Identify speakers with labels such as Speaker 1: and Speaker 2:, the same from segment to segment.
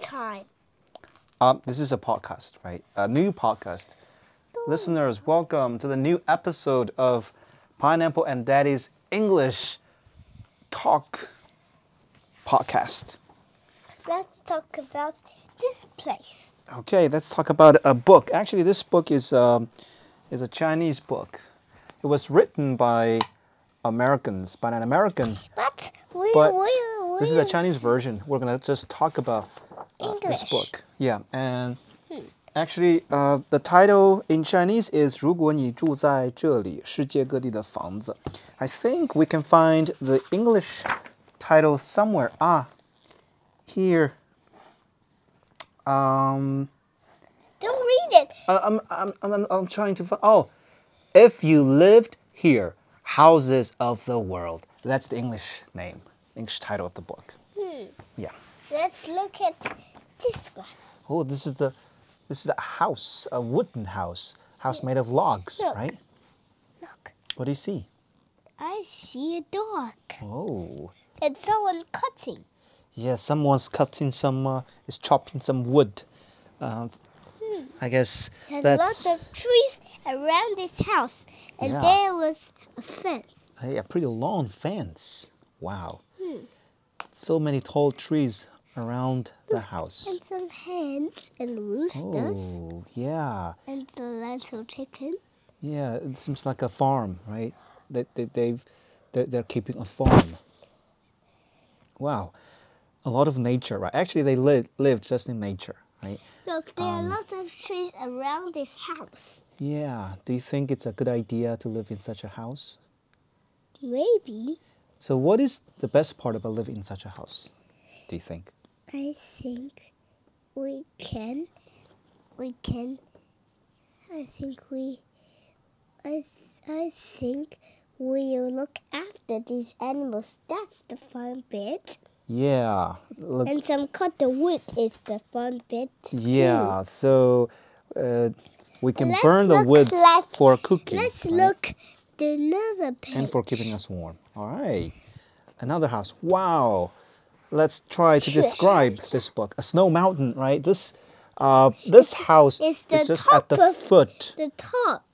Speaker 1: time.
Speaker 2: Um, this is a podcast, right? A new podcast. Listeners, welcome to the new episode of Pineapple and Daddy's English Talk Podcast.
Speaker 1: Let's talk about this place.
Speaker 2: Okay, let's talk about a book. Actually, this book is um, is a Chinese book. It was written by Americans, by an American,
Speaker 1: But we
Speaker 2: but
Speaker 1: will.
Speaker 2: this is a Chinese version. We're gonna just talk about uh, this
Speaker 1: English. Hmm.
Speaker 2: book. Yeah, and actually, uh, the title in Chinese is "如果你住在这里，世界各地的房子." I think we can find the English title somewhere. Ah, here. Um.
Speaker 1: Don't read it.
Speaker 2: I- I'm, I'm, I'm, I'm trying to find. Oh, if you lived here, houses of the world. That's the English name, English title of the book. Yeah.
Speaker 1: Let's look at this one.
Speaker 2: Oh, this is the, this is a house, a wooden house, house made of logs,
Speaker 1: Look.
Speaker 2: right?
Speaker 1: Look,
Speaker 2: What do you see?
Speaker 1: I see a dog.
Speaker 2: Oh,
Speaker 1: And someone cutting.
Speaker 2: yeah. Someone's cutting some, uh, is chopping some wood. Um, I guess
Speaker 1: There's
Speaker 2: that's
Speaker 1: lots of trees around this house. And
Speaker 2: Yeah.
Speaker 1: there was a fence.
Speaker 2: Hey, a pretty long fence. Wow.
Speaker 1: Hmm.
Speaker 2: So many tall trees around the house.
Speaker 1: And some hens and roosters.
Speaker 2: Oh, yeah.
Speaker 1: And the little chicken.
Speaker 2: Yeah, it seems like a farm, right? They, they, they've, they're, they're keeping a farm. Wow. A lot of nature, right? Actually, they live, live just in nature, right?
Speaker 1: Look, there
Speaker 2: Um,
Speaker 1: are lots of trees around this house.
Speaker 2: Yeah. Do you think it's a good idea to live in such a house?
Speaker 1: Maybe
Speaker 2: So, what is the best part about living in such a house, do you think?
Speaker 1: I think we can we can I think we I th- I think we'll look after these animals. That's the fun bit.
Speaker 2: Yeah. Look,
Speaker 1: And some cut the wood is the fun bit. too.
Speaker 2: Yeah, so uh, we can
Speaker 1: Let's
Speaker 2: burn the
Speaker 1: look
Speaker 2: woods
Speaker 1: like-
Speaker 2: for cooking
Speaker 1: Let's
Speaker 2: right?
Speaker 1: look the another page.
Speaker 2: and for keeping us warm. All right, another house. Wow, let's try to
Speaker 1: Sure.
Speaker 2: describe this book. A snow mountain, right? This uh, this house
Speaker 1: it's
Speaker 2: is
Speaker 1: the
Speaker 2: just
Speaker 1: top
Speaker 2: at the
Speaker 1: of-
Speaker 2: foot.
Speaker 1: the top.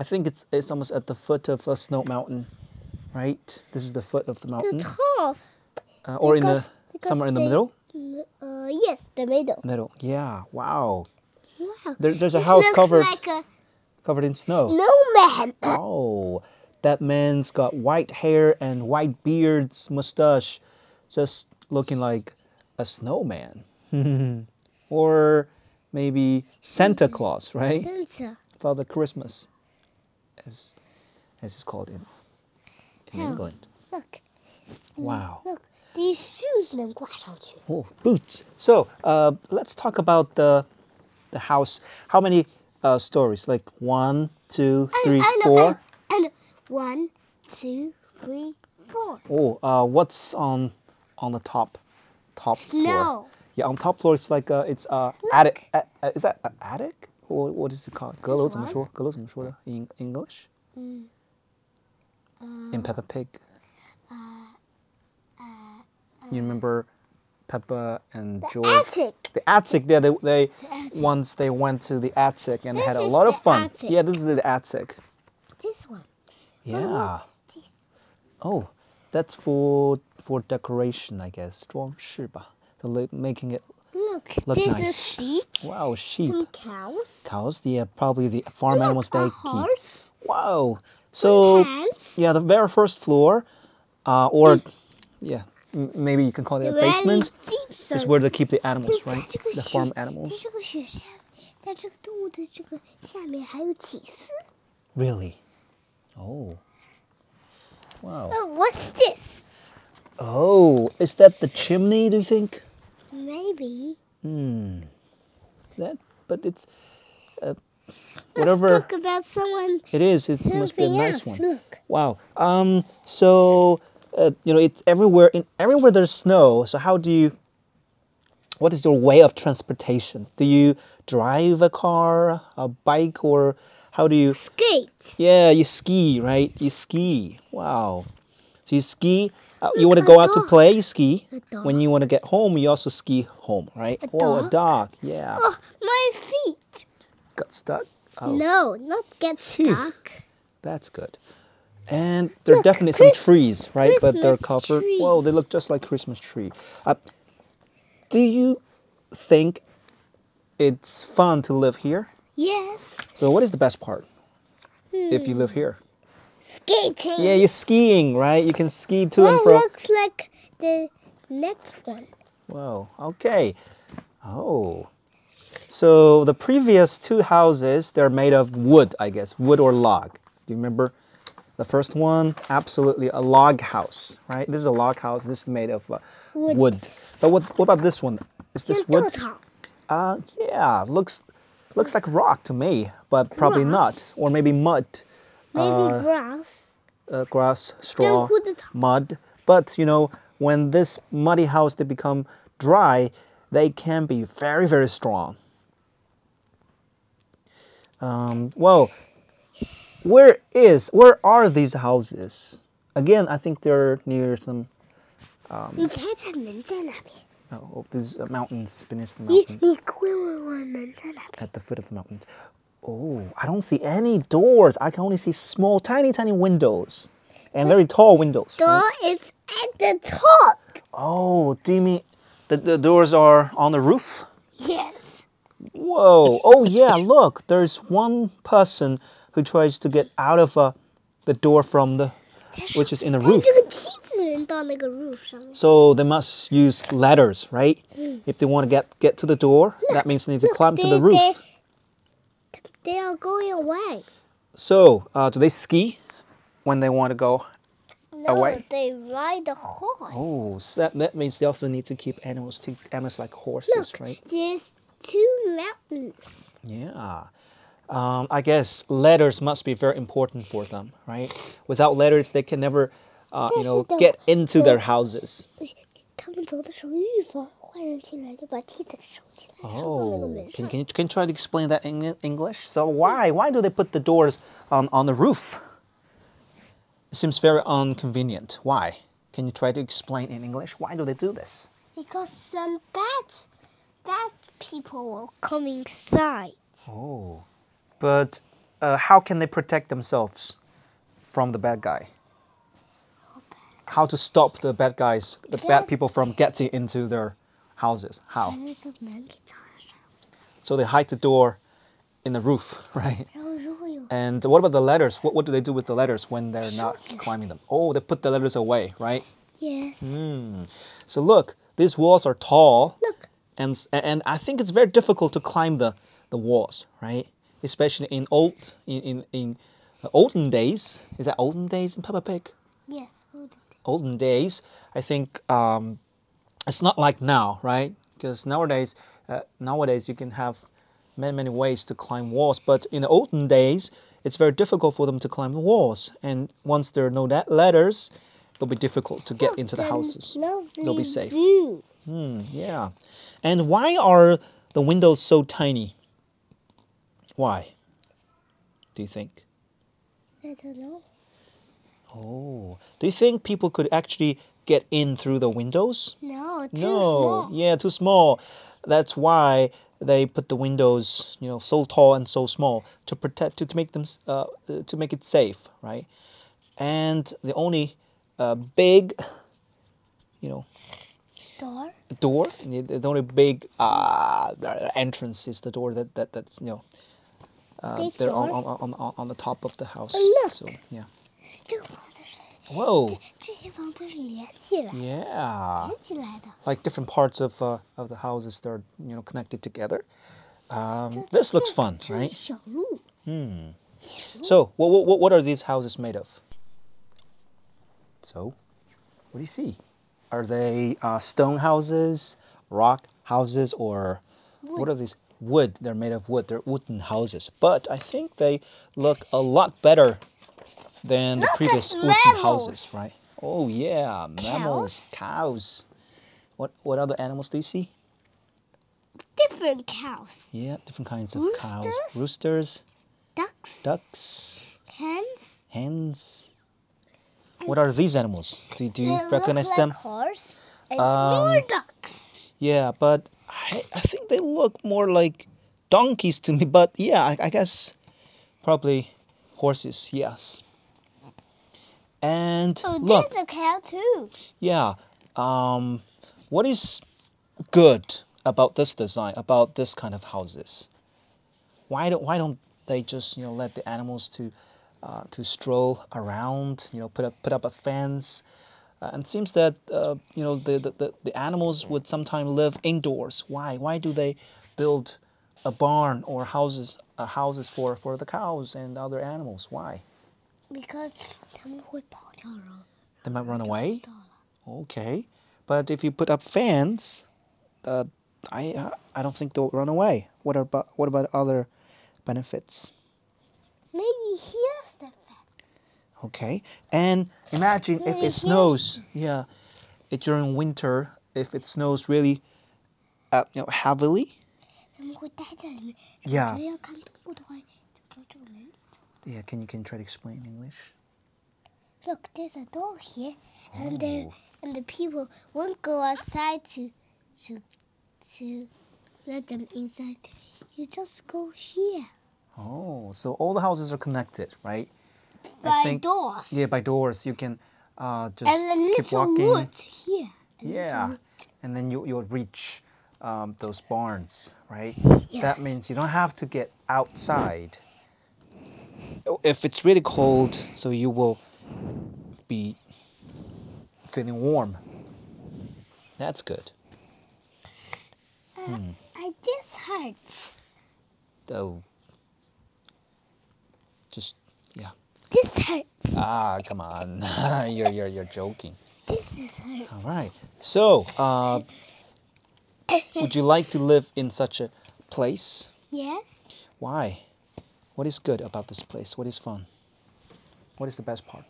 Speaker 2: I think it's it's almost at the foot of a snow mountain, right? This is the foot of the
Speaker 1: The
Speaker 2: mountain,
Speaker 1: top.
Speaker 2: uh, Hmm? or
Speaker 1: because-
Speaker 2: in the
Speaker 1: because
Speaker 2: somewhere in the
Speaker 1: they-
Speaker 2: middle.
Speaker 1: Uh, yes, the middle.
Speaker 2: Middle, yeah. Wow,
Speaker 1: Wow.
Speaker 2: There- there's a
Speaker 1: This
Speaker 2: house
Speaker 1: looks
Speaker 2: covered-
Speaker 1: like a
Speaker 2: covered in snow.
Speaker 1: snowman.
Speaker 2: Oh, that man's got white hair and white beards, mustache, just looking like a snowman. or maybe Santa Claus, right?
Speaker 1: Santa.
Speaker 2: Father Christmas, as, as it's called in, in
Speaker 1: Yeah.
Speaker 2: England.
Speaker 1: Look,
Speaker 2: Wow.
Speaker 1: look, these shoes look white on you.
Speaker 2: Oh, boots. So uh, let's talk about the, the house. How many uh, stories? Like one, two, three, four.
Speaker 1: I know, I, I know. One, two, three, four.
Speaker 2: Oh, uh, what's on on the top top floor?
Speaker 1: Snow.
Speaker 2: Yeah, on top floor it's like uh, it's uh, attic. A- a- is that a attic? Or what is it called? 阁楼怎么说-阁楼怎么说呢？in English?
Speaker 1: Mm, uh,
Speaker 2: in Peppa Pig. you remember Peppa and George?
Speaker 1: Attic.
Speaker 2: The attic. Yeah, they, they
Speaker 1: attic.
Speaker 2: once they went to the attic and they had a
Speaker 1: This is
Speaker 2: lot of
Speaker 1: the
Speaker 2: fun.
Speaker 1: attic.
Speaker 2: Yeah, this is the attic.
Speaker 1: This one.
Speaker 2: Yeah.
Speaker 1: What's this?
Speaker 2: Oh, that's for for decoration, I guess. 装饰吧. The li- making it.
Speaker 1: Look,
Speaker 2: Look
Speaker 1: this
Speaker 2: nice.
Speaker 1: is sheep,
Speaker 2: Wow, sheep,
Speaker 1: some cows,
Speaker 2: cows. Yeah, probably the farm
Speaker 1: look,
Speaker 2: animals they
Speaker 1: a
Speaker 2: keep. Oh,
Speaker 1: horse,
Speaker 2: Wow. So
Speaker 1: pants.
Speaker 2: yeah, the very first floor, uh, or yeah, m- maybe you can call it a basement. Is where they keep the animals, right? The farm animals.
Speaker 1: 在这个雪山，在这个动物的这个下面还有起司。Oh,
Speaker 2: Really? Oh. Wow.
Speaker 1: Oh, what's this?
Speaker 2: Oh, is that the chimney? Do you think?
Speaker 1: Maybe.
Speaker 2: That, but it's uh,
Speaker 1: Let's
Speaker 2: whatever.
Speaker 1: talk about someone.
Speaker 2: It is. It must be a
Speaker 1: Something
Speaker 2: nice
Speaker 1: else,
Speaker 2: one.
Speaker 1: look.
Speaker 2: Wow. Um. So, uh, you know, it's everywhere. In everywhere there's snow. So how do you? What is your way of transportation? Do you drive a car, a bike, or how do you?
Speaker 1: Skate.
Speaker 2: Yeah, you ski, right? You ski. Wow. So you ski. Uh, you
Speaker 1: Look,
Speaker 2: want to
Speaker 1: a
Speaker 2: go out to
Speaker 1: dog.
Speaker 2: play, you ski.
Speaker 1: A dog.
Speaker 2: When you want to get home, you also ski home, right?
Speaker 1: A
Speaker 2: oh, a
Speaker 1: dog.
Speaker 2: dog. Yeah.
Speaker 1: Oh, my feet.
Speaker 2: Got stuck. Oh,
Speaker 1: No, not get
Speaker 2: Phew.
Speaker 1: stuck.
Speaker 2: that's good. And there are
Speaker 1: Look,
Speaker 2: definitely some
Speaker 1: Chris-
Speaker 2: trees, right? but they're
Speaker 1: Christmas
Speaker 2: covered.
Speaker 1: tree.
Speaker 2: Whoa, they look just like Christmas tree. Uh, do you think it's fun to live here?
Speaker 1: Yes.
Speaker 2: So what is the best part if you
Speaker 1: Hmm.
Speaker 2: live here?
Speaker 1: Skating.
Speaker 2: Yeah, you're skiing, right? You can ski to and
Speaker 1: Well,
Speaker 2: fro.
Speaker 1: looks like the next one.
Speaker 2: Whoa, okay. Oh. So the previous two houses, they're made of wood, I guess, wood or log. Do you remember the first one? Absolutely a log house, right? This is a log house. This is made of uh, wood.
Speaker 1: Wood.
Speaker 2: But what, what about this one? Is this wood?
Speaker 1: 用豆头。
Speaker 2: Uh, yeah, looks looks like rock to me, but probably
Speaker 1: Grass.
Speaker 2: not, or maybe mud,
Speaker 1: Maybe grass.
Speaker 2: uh, grass, straw,
Speaker 1: who does-
Speaker 2: mud. But you know, when this muddy house they become dry, they can be very very strong. Um, well, where is where are these houses? Again, I think they're near some. um,
Speaker 1: 你猜猜门在哪边？
Speaker 2: Oh, these uh, mountains beneath the mountains.
Speaker 1: 你你问问门在哪边？
Speaker 2: at the foot of the mountains. Oh, I don't see any doors. I can only see small, tiny, tiny windows and very tall windows. right?
Speaker 1: Door is at the top.
Speaker 2: Oh, do you mean the, the doors are on the roof?
Speaker 1: Yes.
Speaker 2: Whoa. Oh, yeah, look, there's one person who tries to get out of uh, the door from the, which is in the
Speaker 1: 但
Speaker 2: roof.
Speaker 1: 这个梯子能到那个 roof
Speaker 2: So they must use ladders, right? If they want to get, get to the door, that means they need to climb to the roof.
Speaker 1: They are going away.
Speaker 2: So, uh, do they ski when they want to go
Speaker 1: No,
Speaker 2: Away.
Speaker 1: they ride the horse.
Speaker 2: Oh, so that, that means they also need to keep animals to animals like horses,
Speaker 1: Look,
Speaker 2: right?
Speaker 1: there's two mountains.
Speaker 2: Yeah. Um, I guess letters must be very important for them, right? Without letters, they can never, uh, you know,
Speaker 1: This is the-
Speaker 2: get into their
Speaker 1: the-
Speaker 2: houses.
Speaker 1: 他们走的时候预防坏人进来，就把梯子收起来，收到那个门
Speaker 2: Oh, can, can, you, can you try to explain that in Eng- English? So why why do they put the doors on, on the roof? It seems very inconvenient. Why? Can you try to explain in English? Why do they do this?
Speaker 1: Because some bad, bad people will come inside.
Speaker 2: Oh. But uh, how can they protect themselves from the bad guy? How to stop the bad guys, the bad
Speaker 1: Good.
Speaker 2: people from getting into their houses? How?
Speaker 1: 把那个门给砸上，然后如果有
Speaker 2: So they hide the door in the roof, right? And what about the letters? What, what do they do with the letters when they're not climbing them? Oh, they put the letters away, right?
Speaker 1: yes,
Speaker 2: So look, these walls are tall.
Speaker 1: Look.
Speaker 2: And s- a- and I think it's very difficult to climb the, the walls, right? Especially in old in in, in uh, olden days. Is that olden days in Peppa Pig?
Speaker 1: yes, hold it.
Speaker 2: Olden days. I think um, it's not like now, right? Because nowadays uh, nowadays you can have many many ways to climb walls, but in the olden days it's very difficult for them to climb the walls. And once there are no la- ladders, it'll be difficult to get
Speaker 1: Look,
Speaker 2: into the
Speaker 1: the
Speaker 2: houses.
Speaker 1: Lovely
Speaker 2: They'll be safe.
Speaker 1: View.
Speaker 2: Yeah. And why are the windows so tiny? Why? Do you think?
Speaker 1: I don't know.
Speaker 2: Oh. Do you think people could actually get in through the windows?
Speaker 1: No, too
Speaker 2: no.
Speaker 1: small.
Speaker 2: Yeah, too small. That's why they put the windows, you know, so tall and so small to protect to, to make them s- uh, uh, to make it safe, right? And the only uh, big you know,
Speaker 1: Door.
Speaker 2: the door. and The the only big uh, entrance is the door that that, that you know. Uh,
Speaker 1: Big
Speaker 2: they're on,
Speaker 1: door.
Speaker 2: on, on, on- on the top of the house.
Speaker 1: look.
Speaker 2: So yeah.
Speaker 1: 这个房子是
Speaker 2: Whoa.
Speaker 1: 这些房子是连起来，连起来的。
Speaker 2: Yeah. Like different parts of uh, of the houses, they're you know connected together. Um, this looks fun, right?
Speaker 1: 小路
Speaker 2: So what what what are these houses made of? So, what do you see? Are they uh, stone houses, rock houses, or what are these? Wood. They're made of wood. They're wooden houses. But I think they look a lot better than the
Speaker 1: Look,
Speaker 2: previous
Speaker 1: there's
Speaker 2: wooden houses,
Speaker 1: mammals.
Speaker 2: right? Oh yeah, mammals, cows. What what other animals do you see?
Speaker 1: different cows,
Speaker 2: Yeah, different kinds of cows.
Speaker 1: Roosters?
Speaker 2: Roosters,
Speaker 1: ducks,
Speaker 2: ducks,
Speaker 1: hens,
Speaker 2: hens. What are these animals? Do, do you
Speaker 1: They look
Speaker 2: recognize
Speaker 1: like
Speaker 2: them?
Speaker 1: Horse and
Speaker 2: Um,
Speaker 1: more ducks.
Speaker 2: Yeah, but I, I think they look more like donkeys to me. But yeah, I, I guess probably horses, yes. And
Speaker 1: Oh,
Speaker 2: look,
Speaker 1: there's a cow too.
Speaker 2: yeah. Um, what is good about this design, about this kind of houses? Why don't why don't they just you know let the animals to uh, to stroll around? You know, put up put up a fence. Uh, and it seems that uh, you know the, the, the, the animals would sometimes live indoors. Why why do they build a barn or houses uh, houses for, for the cows and other animals? Why?
Speaker 1: Because 他们会跑掉人。
Speaker 2: They might run away. Okay, but if you put up fans, uh, I uh, I don't think they'll run away. What about what about other benefits?
Speaker 1: Maybe here's the fact.
Speaker 2: Okay, and imagine if
Speaker 1: Really
Speaker 2: it
Speaker 1: huge.
Speaker 2: snows. Yeah, it, during winter, if it snows really, uh, you know, heavily.
Speaker 1: 他们会待在里面。
Speaker 2: Yeah.
Speaker 1: 人要看动物的话，就从这个门里走。
Speaker 2: Yeah, can you can you try to explain in English?
Speaker 1: Look, there's a door here, and the
Speaker 2: Oh.
Speaker 1: and the people won't go outside to to to let them inside. You just go here
Speaker 2: Oh, so all the houses are connected, right? I
Speaker 1: by
Speaker 2: think-
Speaker 1: doors.
Speaker 2: Yeah, by doors you can uh, just
Speaker 1: and a
Speaker 2: keep
Speaker 1: little
Speaker 2: walking.
Speaker 1: wood here. A little
Speaker 2: Yeah,
Speaker 1: wood.
Speaker 2: and then you, you'll reach um, those barns, right?
Speaker 1: Yes.
Speaker 2: That means you don't have to get outside. Oh, If it's really cold, so you will be feeling warm. That's good.
Speaker 1: I this hurts.
Speaker 2: Though, just, yeah.
Speaker 1: This hurts.
Speaker 2: Ah, come on. you're, you're, you're joking.
Speaker 1: This is hurt.
Speaker 2: All right. So, uh, would you like to live in such a place?
Speaker 1: Yes.
Speaker 2: Why? What is good about this place? What is fun? What is the best part?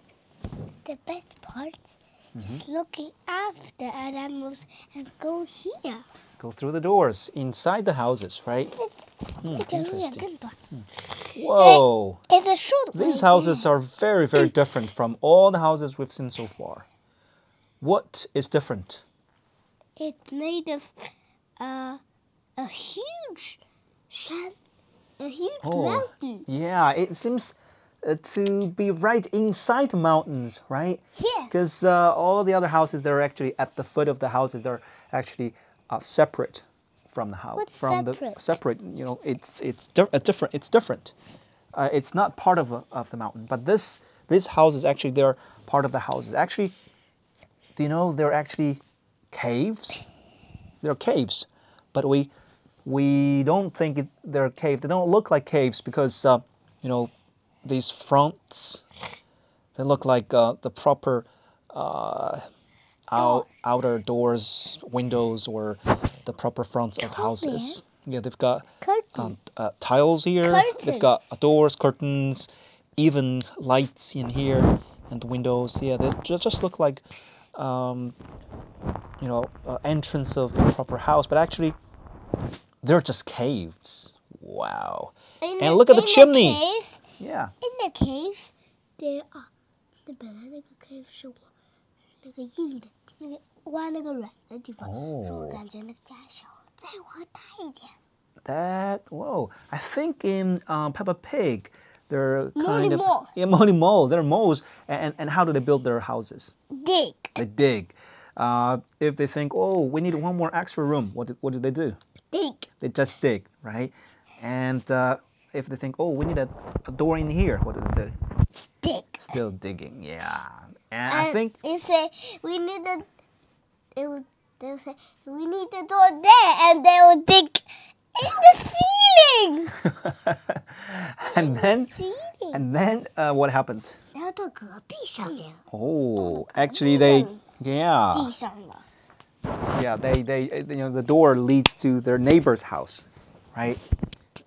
Speaker 1: The best part is
Speaker 2: Mm-hmm.
Speaker 1: looking after animals and go here.
Speaker 2: Go through the doors inside the houses, right?
Speaker 1: it's a real
Speaker 2: interesting.
Speaker 1: good one.
Speaker 2: Whoa!
Speaker 1: It's a short one.
Speaker 2: These houses are very, very different from all the houses we've seen so far. What is different?
Speaker 1: It made of uh, a huge shan, a huge
Speaker 2: Oh.
Speaker 1: mountain.
Speaker 2: yeah, it seems uh, to be right inside the mountains, right?
Speaker 1: Yes.
Speaker 2: Because uh, all the other houses, they're actually at the foot of the houses. They're actually uh, separate from the house.
Speaker 1: What's
Speaker 2: from
Speaker 1: separate?
Speaker 2: The, separate. You know, it's it's di- uh, different. It's different. Uh, it's not part of a, of the mountain. But this these houses actually they're part of the houses. Actually, do you know they're actually caves? They're caves, but we we don't think it, they're cave. They don't look like caves because uh, you know these fronts they look like uh, the proper uh, out,
Speaker 1: Door.
Speaker 2: outer doors, windows, or the proper fronts of houses. Yeah, they've got um,
Speaker 1: Curtain.
Speaker 2: uh, tiles here. They've got
Speaker 1: Curtains.
Speaker 2: doors, curtains, even lights in here and windows. Yeah, they ju- just look like, um, you know, uh, entrance of a proper house. But actually, they're just caves. Wow.
Speaker 1: In
Speaker 2: and look at the
Speaker 1: in
Speaker 2: chimney.
Speaker 1: caves,
Speaker 2: yeah.
Speaker 1: in the caves, there are. 那本来那个 cave 是我那个硬的，那个挖那个软的地方，
Speaker 2: 哦。That whoa! I think in um, Peppa Pig, they're
Speaker 1: Molly
Speaker 2: kind of
Speaker 1: Mole.
Speaker 2: yeah, Molly Mole. They're moles, and and how do they build their houses?
Speaker 1: Dig.
Speaker 2: They dig. Uh, if they think, oh, we need one more extra room, what do, what do they do?
Speaker 1: Dig.
Speaker 2: They just dig, right? And uh, if they think, oh, we need a, a door in here, what do they do?
Speaker 1: Dig.
Speaker 2: Still digging, yeah. And I think
Speaker 1: they say we need the it will, they'll say we need the door there and they will dig in the ceiling.
Speaker 2: and then
Speaker 1: Ceiling.
Speaker 2: and then uh, what happened?
Speaker 1: 然后到隔壁上面，
Speaker 2: Oh, actually they
Speaker 1: then-
Speaker 2: yeah. Mm.
Speaker 1: 地上了。
Speaker 2: Yeah, they, they you know the door leads to their neighbor's house, right?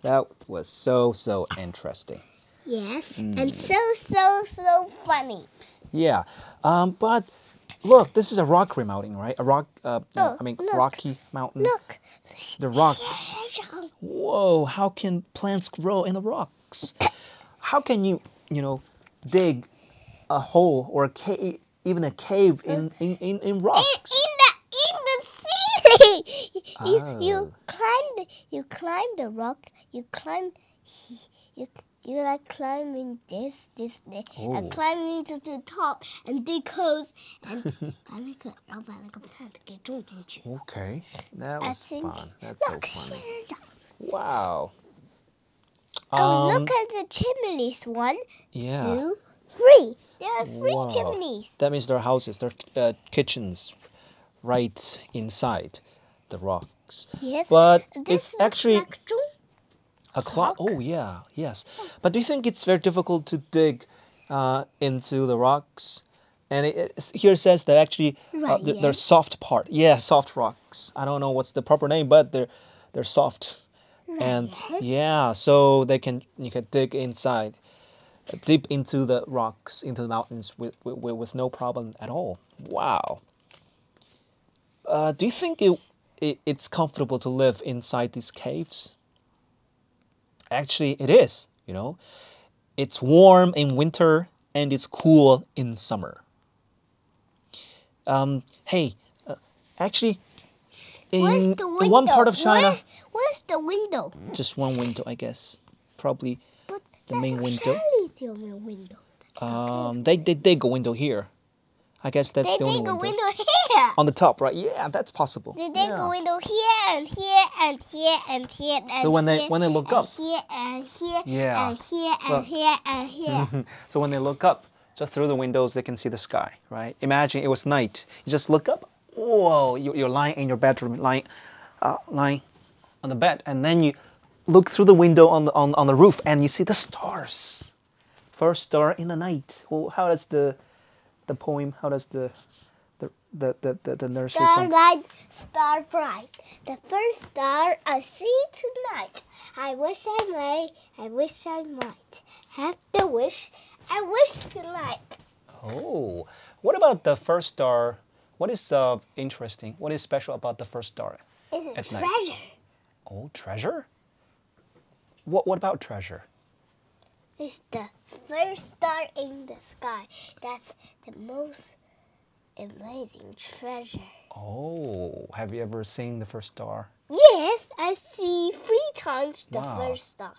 Speaker 2: That was so so interesting.
Speaker 1: Yes, and so so so funny.
Speaker 2: Yeah, um, but look, this is a rocky mountain, right? A rock, uh, you know,
Speaker 1: Oh,
Speaker 2: I mean
Speaker 1: look.
Speaker 2: rocky mountain.
Speaker 1: Look,
Speaker 2: The rocks.
Speaker 1: Sierra.
Speaker 2: Whoa! How can plants grow in the rocks? How can you you know dig a hole or a cave, even a cave in,
Speaker 1: Mm.
Speaker 2: in, in, in
Speaker 1: in,
Speaker 2: rocks.
Speaker 1: in the in the ceiling. you you
Speaker 2: Oh.
Speaker 1: climb the, you climb the rock. You climb he- you you like climbing this this this
Speaker 2: Oh.
Speaker 1: and climbing to the top and dig holes and 把那个然后把那个
Speaker 2: Okay, that
Speaker 1: I
Speaker 2: was
Speaker 1: think
Speaker 2: fun. Oh, That's so
Speaker 1: look
Speaker 2: funny.
Speaker 1: here.
Speaker 2: Wow.
Speaker 1: Oh,
Speaker 2: Um,
Speaker 1: look at the chimneys. One,
Speaker 2: yeah.
Speaker 1: two, three. There are three
Speaker 2: Wow.
Speaker 1: chimneys.
Speaker 2: That means their houses, their uh, kitchens, right inside the rocks.
Speaker 1: Yes.
Speaker 2: But
Speaker 1: this
Speaker 2: it's
Speaker 1: looks
Speaker 2: actually
Speaker 1: like zhong-
Speaker 2: a clock.
Speaker 1: rock.
Speaker 2: Oh yeah, yes. But do you think it's very difficult to dig uh, into the rocks? And it, it here says that actually uh,
Speaker 1: Right,
Speaker 2: they're,
Speaker 1: yeah.
Speaker 2: they're soft part. Yeah, soft rocks. I don't know what's the proper name, but they're they're soft, and
Speaker 1: yeah.
Speaker 2: yeah, so they can you can dig inside, uh, deep into the rocks, into the mountains with with, with with no problem at all. Wow. Uh, do you think it, it it's comfortable to live inside these caves? Actually, it is. You know, it's warm in winter and it's cool in summer. Um, hey, uh, actually, in
Speaker 1: Where's the window?
Speaker 2: one part of China,
Speaker 1: Where- where's the window?
Speaker 2: just one window, I guess, probably.
Speaker 1: But
Speaker 2: The main
Speaker 1: that's
Speaker 2: window?
Speaker 1: actually the only window.
Speaker 2: Um, they they dig a window here. I guess that's
Speaker 1: They
Speaker 2: the only
Speaker 1: dig a
Speaker 2: window.
Speaker 1: window here.
Speaker 2: on the top, right? Yeah, that's possible.
Speaker 1: They dig
Speaker 2: yeah.
Speaker 1: a window here and here and here and here and
Speaker 2: So when they-
Speaker 1: here
Speaker 2: when they look
Speaker 1: and
Speaker 2: up-
Speaker 1: here and here
Speaker 2: Yeah.
Speaker 1: and here and
Speaker 2: Look.
Speaker 1: here and here.
Speaker 2: So when they look up, just through the windows, they can see the sky, right? Imagine it was night. You just look up. Whoa, you- you're lying in your bedroom, lying, uh, lying on the bed, and then you look through the window on the, on, on the roof, and you see the stars. First star in the night. Well, how does the the poem? How does the the the the, the, the nursery song?
Speaker 1: Starlight, star bright, the first star I see tonight. I wish I may, I wish I might have the wish I wish tonight.
Speaker 2: Oh, what about the first star? What is uh, interesting? What is special about the first star?
Speaker 1: It's a
Speaker 2: At night.
Speaker 1: treasure.
Speaker 2: Oh, treasure? What what about treasure?
Speaker 1: It's the first star in the sky. That's the most amazing treasure.
Speaker 2: Oh, have you ever seen the first star?
Speaker 1: Yes, I see three times the
Speaker 2: Wow.
Speaker 1: first star.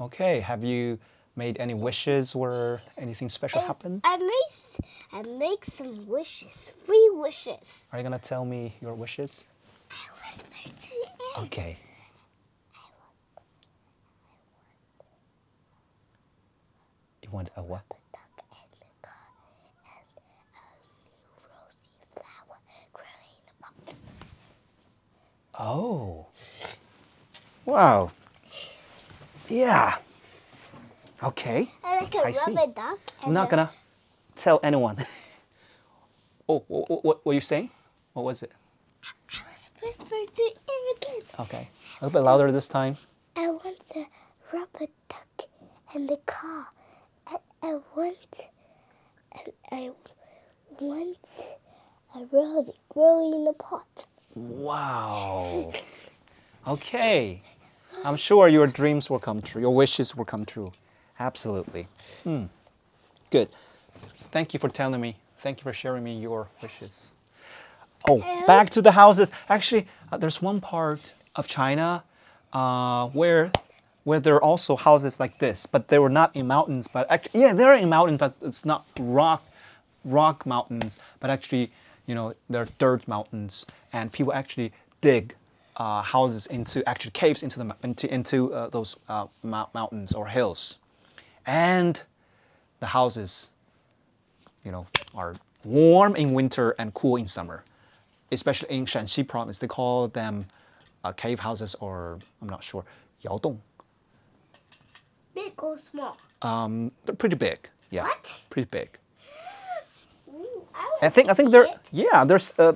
Speaker 2: Okay, have you made any wishes or anything special
Speaker 1: And
Speaker 2: happen?
Speaker 1: I make s- I make some wishes, three wishes.
Speaker 2: Are you going to tell me your wishes?
Speaker 1: I whisper to the air.
Speaker 2: Okay. You want a what?
Speaker 1: duck in the car and a new rosy flower growing up.
Speaker 2: Oh. Wow. Yeah. Okay.
Speaker 1: I like a
Speaker 2: I see.
Speaker 1: rubber duck. And
Speaker 2: I'm not
Speaker 1: a-
Speaker 2: gonna tell anyone. oh, what, what were you saying? What was it?
Speaker 1: I was whispering to air again.
Speaker 2: Okay, a little bit louder this time.
Speaker 1: I want a rubber duck and a car. And I want, and I want a rosy growing in a pot.
Speaker 2: Wow. Okay, I'm sure your dreams will come true. Your wishes will come true. Absolutely. Hmm. Good. Thank you for telling me. Thank you for sharing me your wishes. Oh, back to the houses. Actually, uh, there's one part of China uh, where where there are also houses like this, but they were not in mountains. But actually, yeah, they're in mountains, but it's not rock rock mountains. But actually, you know, they're dirt mountains, and people actually dig uh, houses into actually caves into the mou- into into uh, those uh, mou- mountains or hills, and the houses you know, are warm in winter and cool in summer. Especially in Shanxi province, they call them uh, cave houses or I'm not sure, yaodong.
Speaker 1: Big or small?
Speaker 2: Um, they're pretty big. Yeah,
Speaker 1: What?
Speaker 2: pretty big.
Speaker 1: Ooh, I,
Speaker 2: I
Speaker 1: wanna
Speaker 2: think I think
Speaker 1: see
Speaker 2: they're
Speaker 1: it.
Speaker 2: yeah. There's uh,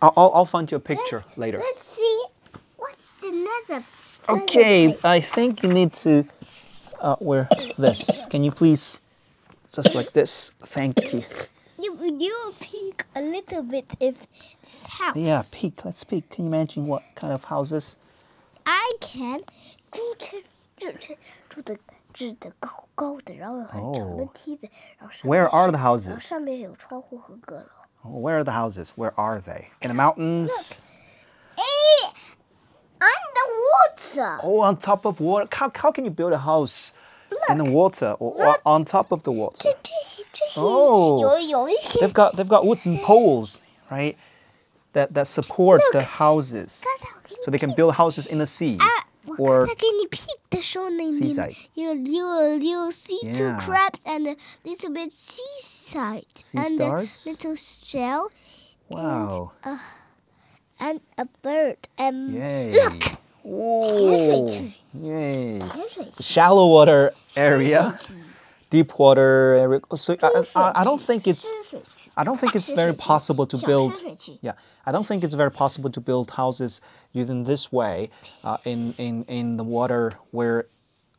Speaker 2: I'll I'll- I'll find you a picture
Speaker 1: Let's-
Speaker 2: later.
Speaker 1: Let's see what's the nether.
Speaker 2: Okay, I think you need to uh, wear this. Can you please just like this? Thank you.
Speaker 1: You you peek a little bit if this house.
Speaker 2: Yeah, peek. Let's peek. Can you imagine what kind of houses?
Speaker 1: I can go to, to, to, to the 制的高高的，然后有很长的
Speaker 2: 哦
Speaker 1: 梯子，然后上
Speaker 2: Where
Speaker 1: 面
Speaker 2: are
Speaker 1: 是
Speaker 2: the
Speaker 1: 然后
Speaker 2: houses?
Speaker 1: 上面有窗户和阁楼。
Speaker 2: Where are the houses? Where are they? In the mountains?
Speaker 1: Hey, underwater.
Speaker 2: Oh, on top of water. How, how can you build a house in the water or, or
Speaker 1: Look.
Speaker 2: on top of the water?
Speaker 1: 这这些这些
Speaker 2: Oh.
Speaker 1: 有有一些
Speaker 2: They've got they've got wooden poles, right? That that support the houses.
Speaker 1: 刚才我给你
Speaker 2: So they can
Speaker 1: 屁
Speaker 2: build hicks in the sea
Speaker 1: 啊，我
Speaker 2: or
Speaker 1: 刚才给你 pick 的时候呢，你
Speaker 2: seaside.
Speaker 1: Ah, you you you see two
Speaker 2: Yeah.
Speaker 1: crabs and a little bit seaside
Speaker 2: Sea
Speaker 1: and a
Speaker 2: stars?
Speaker 1: little shell
Speaker 2: wow.
Speaker 1: and a bird and
Speaker 2: Yay.
Speaker 1: look
Speaker 2: Whoa. Yay.
Speaker 1: 潜水艇
Speaker 2: Shallow water area, deep water area. So I, I, I don't think it's
Speaker 1: 深水区
Speaker 2: I don't think it's very
Speaker 1: 大深水区
Speaker 2: possible to
Speaker 1: 小
Speaker 2: build.
Speaker 1: 深水区
Speaker 2: Yeah, I don't think it's very possible to build houses using this way, uh, in, in in the water where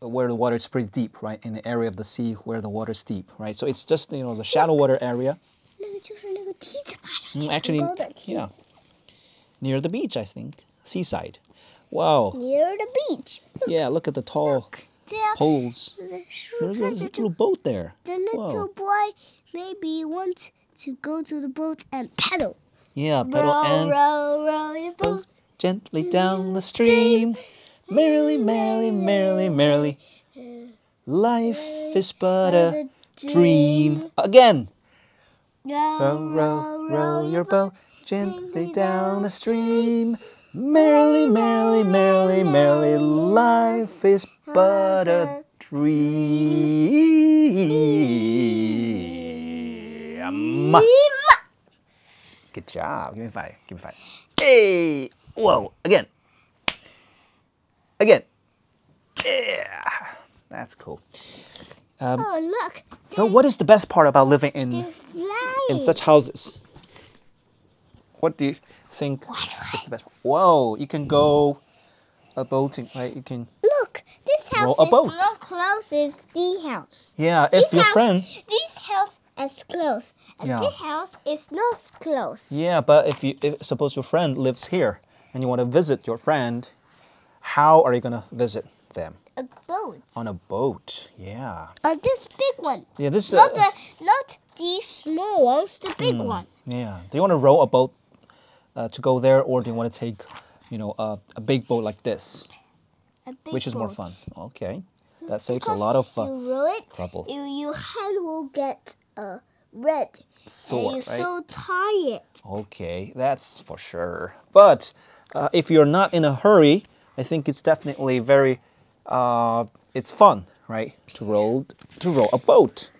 Speaker 2: where the water is pretty deep, right? In the area of the sea where the water is deep, right? So it's just you know the shallow water area,
Speaker 1: 那个就是那个梯子爬上
Speaker 2: Mm,
Speaker 1: 去
Speaker 2: actually,
Speaker 1: 很高的梯
Speaker 2: yeah,
Speaker 1: 子
Speaker 2: near the beach, I think, seaside. Wow.
Speaker 1: near the beach
Speaker 2: Yeah, look at the tall
Speaker 1: 这样
Speaker 2: poles.
Speaker 1: 呃树
Speaker 2: There's a
Speaker 1: 看着这
Speaker 2: little boat there.
Speaker 1: The little
Speaker 2: Whoa.
Speaker 1: boy maybe wants to go to the boat and paddle.
Speaker 2: Yeah, pedal
Speaker 1: Row,
Speaker 2: and
Speaker 1: row, row your boat.
Speaker 2: gently down the stream. Merrily, merrily, merrily, merrily. Life is but a dream. Again.
Speaker 1: Row,
Speaker 2: Row, row, row your boat gently down the stream. Merrily, merrily, merrily, merrily. Life is but a dream. Good job. Give me five. Give me five. Hey! Whoa! Again. Again. Yeah. That's cool. Um,
Speaker 1: Oh, look.
Speaker 2: So, what is the best part about living
Speaker 1: They're
Speaker 2: in in
Speaker 1: flying.
Speaker 2: such houses? What do you think is the best? Whoa! You can go a boating, right? You can.
Speaker 1: Look, this
Speaker 2: Row
Speaker 1: house
Speaker 2: a
Speaker 1: is
Speaker 2: boat.
Speaker 1: not close as the house.
Speaker 2: Yeah,
Speaker 1: This
Speaker 2: if your
Speaker 1: house,
Speaker 2: friend.
Speaker 1: this house is close, and
Speaker 2: Yeah.
Speaker 1: this house is not close.
Speaker 2: Yeah, but if you if, suppose your friend lives here and you want to visit your friend, how are you gonna visit them?
Speaker 1: A boat.
Speaker 2: On a boat. Yeah.
Speaker 1: Uh, this big one.
Speaker 2: Oh, Yeah. This is.
Speaker 1: Not
Speaker 2: a-
Speaker 1: the
Speaker 2: Hmm.
Speaker 1: not the small ones, the big one.
Speaker 2: Yeah. Do you want to row a boat uh, to go there, or do you want to take, you know, a, a big boat like this,
Speaker 1: A big
Speaker 2: which is more
Speaker 1: boat.
Speaker 2: fun? Okay, that saves a
Speaker 1: Because
Speaker 2: lot of
Speaker 1: if
Speaker 2: uh,
Speaker 1: you row it,
Speaker 2: trouble.
Speaker 1: You, your hand will get uh, red.
Speaker 2: sore,
Speaker 1: and
Speaker 2: right?
Speaker 1: you're so tired.
Speaker 2: Okay, that's for sure. But uh, if you're not in a hurry, I think it's definitely very, uh, it's fun, right? To row to row a boat.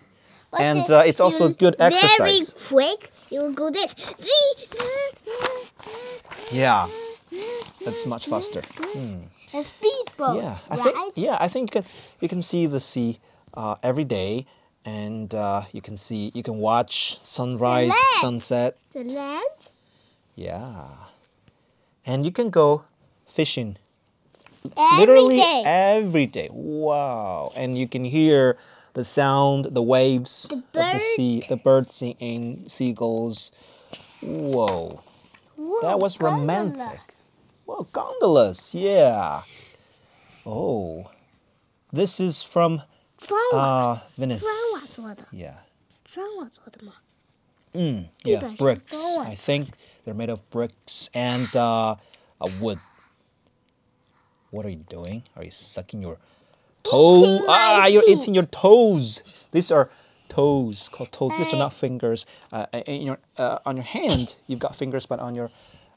Speaker 1: But
Speaker 2: And,
Speaker 1: if
Speaker 2: uh, it's also
Speaker 1: you're
Speaker 2: good
Speaker 1: Very
Speaker 2: exercise.
Speaker 1: quick. You will go this. Zee, zee, zee, zee,
Speaker 2: Yeah,
Speaker 1: zee,
Speaker 2: that's much faster.
Speaker 1: zee. A speedboat,
Speaker 2: Yeah, I
Speaker 1: right?
Speaker 2: think yeah, I think you can, you can see the sea uh, every day, and uh, you can see you can watch sunrise,
Speaker 1: Relax.
Speaker 2: sunset.
Speaker 1: The land.
Speaker 2: Yeah, and you can go fishing
Speaker 1: Every
Speaker 2: literally
Speaker 1: day.
Speaker 2: every day. Wow, and you can hear the sound, the waves
Speaker 1: The
Speaker 2: of the sea, the birds singing, seagulls. Whoa,
Speaker 1: Whoa,
Speaker 2: that was
Speaker 1: Oh, gondola.
Speaker 2: romantic. Well, gondolas, yeah. Oh, this is from
Speaker 1: 砖瓦-
Speaker 2: uh, Venice.
Speaker 1: 砖瓦做的。
Speaker 2: Yeah.
Speaker 1: 砖瓦做的吗？
Speaker 2: Yeah,
Speaker 1: Different
Speaker 2: bricks.
Speaker 1: drawing.
Speaker 2: I think they're made of bricks and uh, uh, wood. What are you doing? Are you sucking your toe?
Speaker 1: Eating my
Speaker 2: Ah, you're
Speaker 1: feet.
Speaker 2: eating your toes. These are toes called toes. These are
Speaker 1: I-
Speaker 2: not fingers. Uh, uh, in your uh, on your hand, you've got fingers, but on your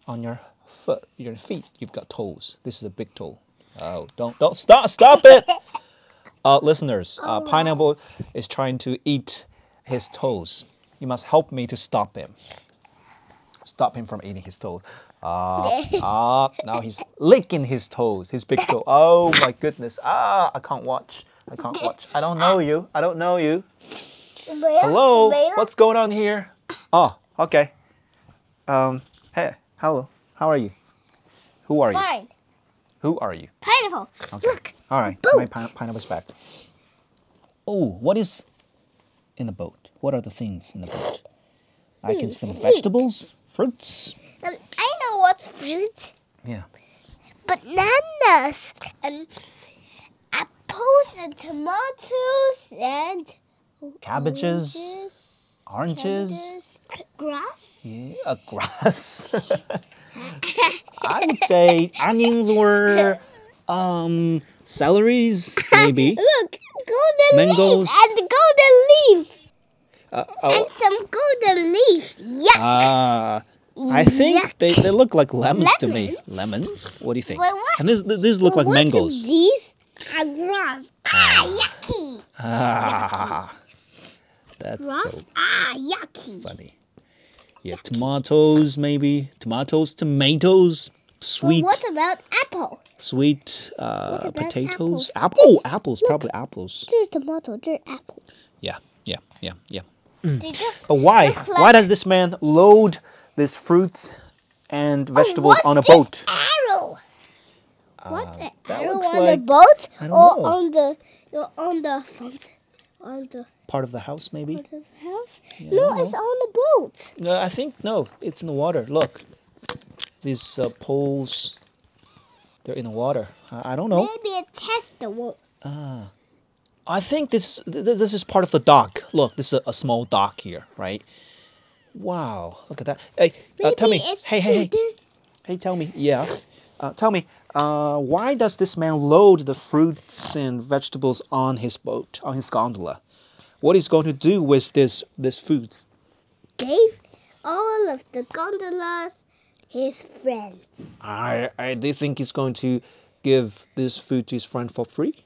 Speaker 2: on your foot, your feet, you've got toes. This is a big toe. Oh, don't don't stop stop it. Uh, listeners, uh, Pineapple is trying to eat his toes. You must help me to stop him. Stop him from eating his toes. Ah, ah, now he's licking his toes, his big toe. Oh my goodness. Ah, I can't watch. I can't watch. I don't know you. I don't know you. Hello? What's going on here? Oh, okay. Um, hey, hello. How are you? Who are you?
Speaker 1: Fine.
Speaker 2: Who are you?
Speaker 1: Pineapple. Look.
Speaker 2: All right,
Speaker 1: boat.
Speaker 2: my pine- pineapple's back. Oh, what is in the boat? What are the things in the boat? I
Speaker 1: Hmm,
Speaker 2: can smell vegetables, fruits.
Speaker 1: Um, I know what's fruit.
Speaker 2: Yeah.
Speaker 1: Bananas and apple. coals and tomatoes and
Speaker 2: Cabbages,
Speaker 1: oranges,
Speaker 2: oranges.
Speaker 1: cabbages, grass.
Speaker 2: Yeah, a grass. I would say onions were um celeries maybe.
Speaker 1: Look, golden
Speaker 2: Mangoes.
Speaker 1: leaf and golden leaf
Speaker 2: Uh, oh,
Speaker 1: and some golden leaves. Yeah.
Speaker 2: ah, I think they, they look like lemons, to me.
Speaker 1: Lemons?
Speaker 2: Lemons? What do you think?
Speaker 1: Wait, what?
Speaker 2: And these these look like
Speaker 1: But what's
Speaker 2: mangoes.
Speaker 1: These are grass. Ah, yucky.
Speaker 2: Ah, that's
Speaker 1: Grass.
Speaker 2: so
Speaker 1: Ah, yucky.
Speaker 2: funny. Yeah, tomatoes maybe. Tomatoes, tomatoes,
Speaker 1: But
Speaker 2: sweet,
Speaker 1: what about apple?
Speaker 2: sweet uh,
Speaker 1: about
Speaker 2: potatoes.
Speaker 1: apples?
Speaker 2: Apple. Oh,
Speaker 1: This-
Speaker 2: apples. Probably apples.
Speaker 1: 这是 tomato，这是 apple。
Speaker 2: Yeah, yeah, yeah,
Speaker 1: They
Speaker 2: yeah.
Speaker 1: just
Speaker 2: But Hmm. Oh, why?
Speaker 1: look like-
Speaker 2: why does this man load these fruits and
Speaker 1: Oh,
Speaker 2: vegetables on a
Speaker 1: what's this
Speaker 2: boat?
Speaker 1: Arrow. What's an
Speaker 2: Uh, that
Speaker 1: arrow
Speaker 2: looks
Speaker 1: on the
Speaker 2: like-
Speaker 1: boat
Speaker 2: I
Speaker 1: or
Speaker 2: don't know.
Speaker 1: on the or on the front on the
Speaker 2: Part of the house, maybe?
Speaker 1: front of the house?
Speaker 2: I
Speaker 1: no,
Speaker 2: don't
Speaker 1: it's on the boat.
Speaker 2: No, I think no. It's in the water. Look, these uh, poles. They're in the water. I, I don't know.
Speaker 1: Maybe it tests the water.
Speaker 2: I think this th- th- this is part of the dock. Look, this is a, a small dock here, right? Wow, look at that. Hey, uh,
Speaker 1: Maybe
Speaker 2: tell me.
Speaker 1: it's
Speaker 2: Hey, hey, hey.
Speaker 1: hidden.
Speaker 2: Hey, tell me. Yeah. Uh, tell me, uh, why does this man load the fruits and vegetables on his boat, on his gondola? What is going to do with this this food?
Speaker 1: gave all of the gondolas his friends.
Speaker 2: I, I do you think he's going to give this food to his friend for free,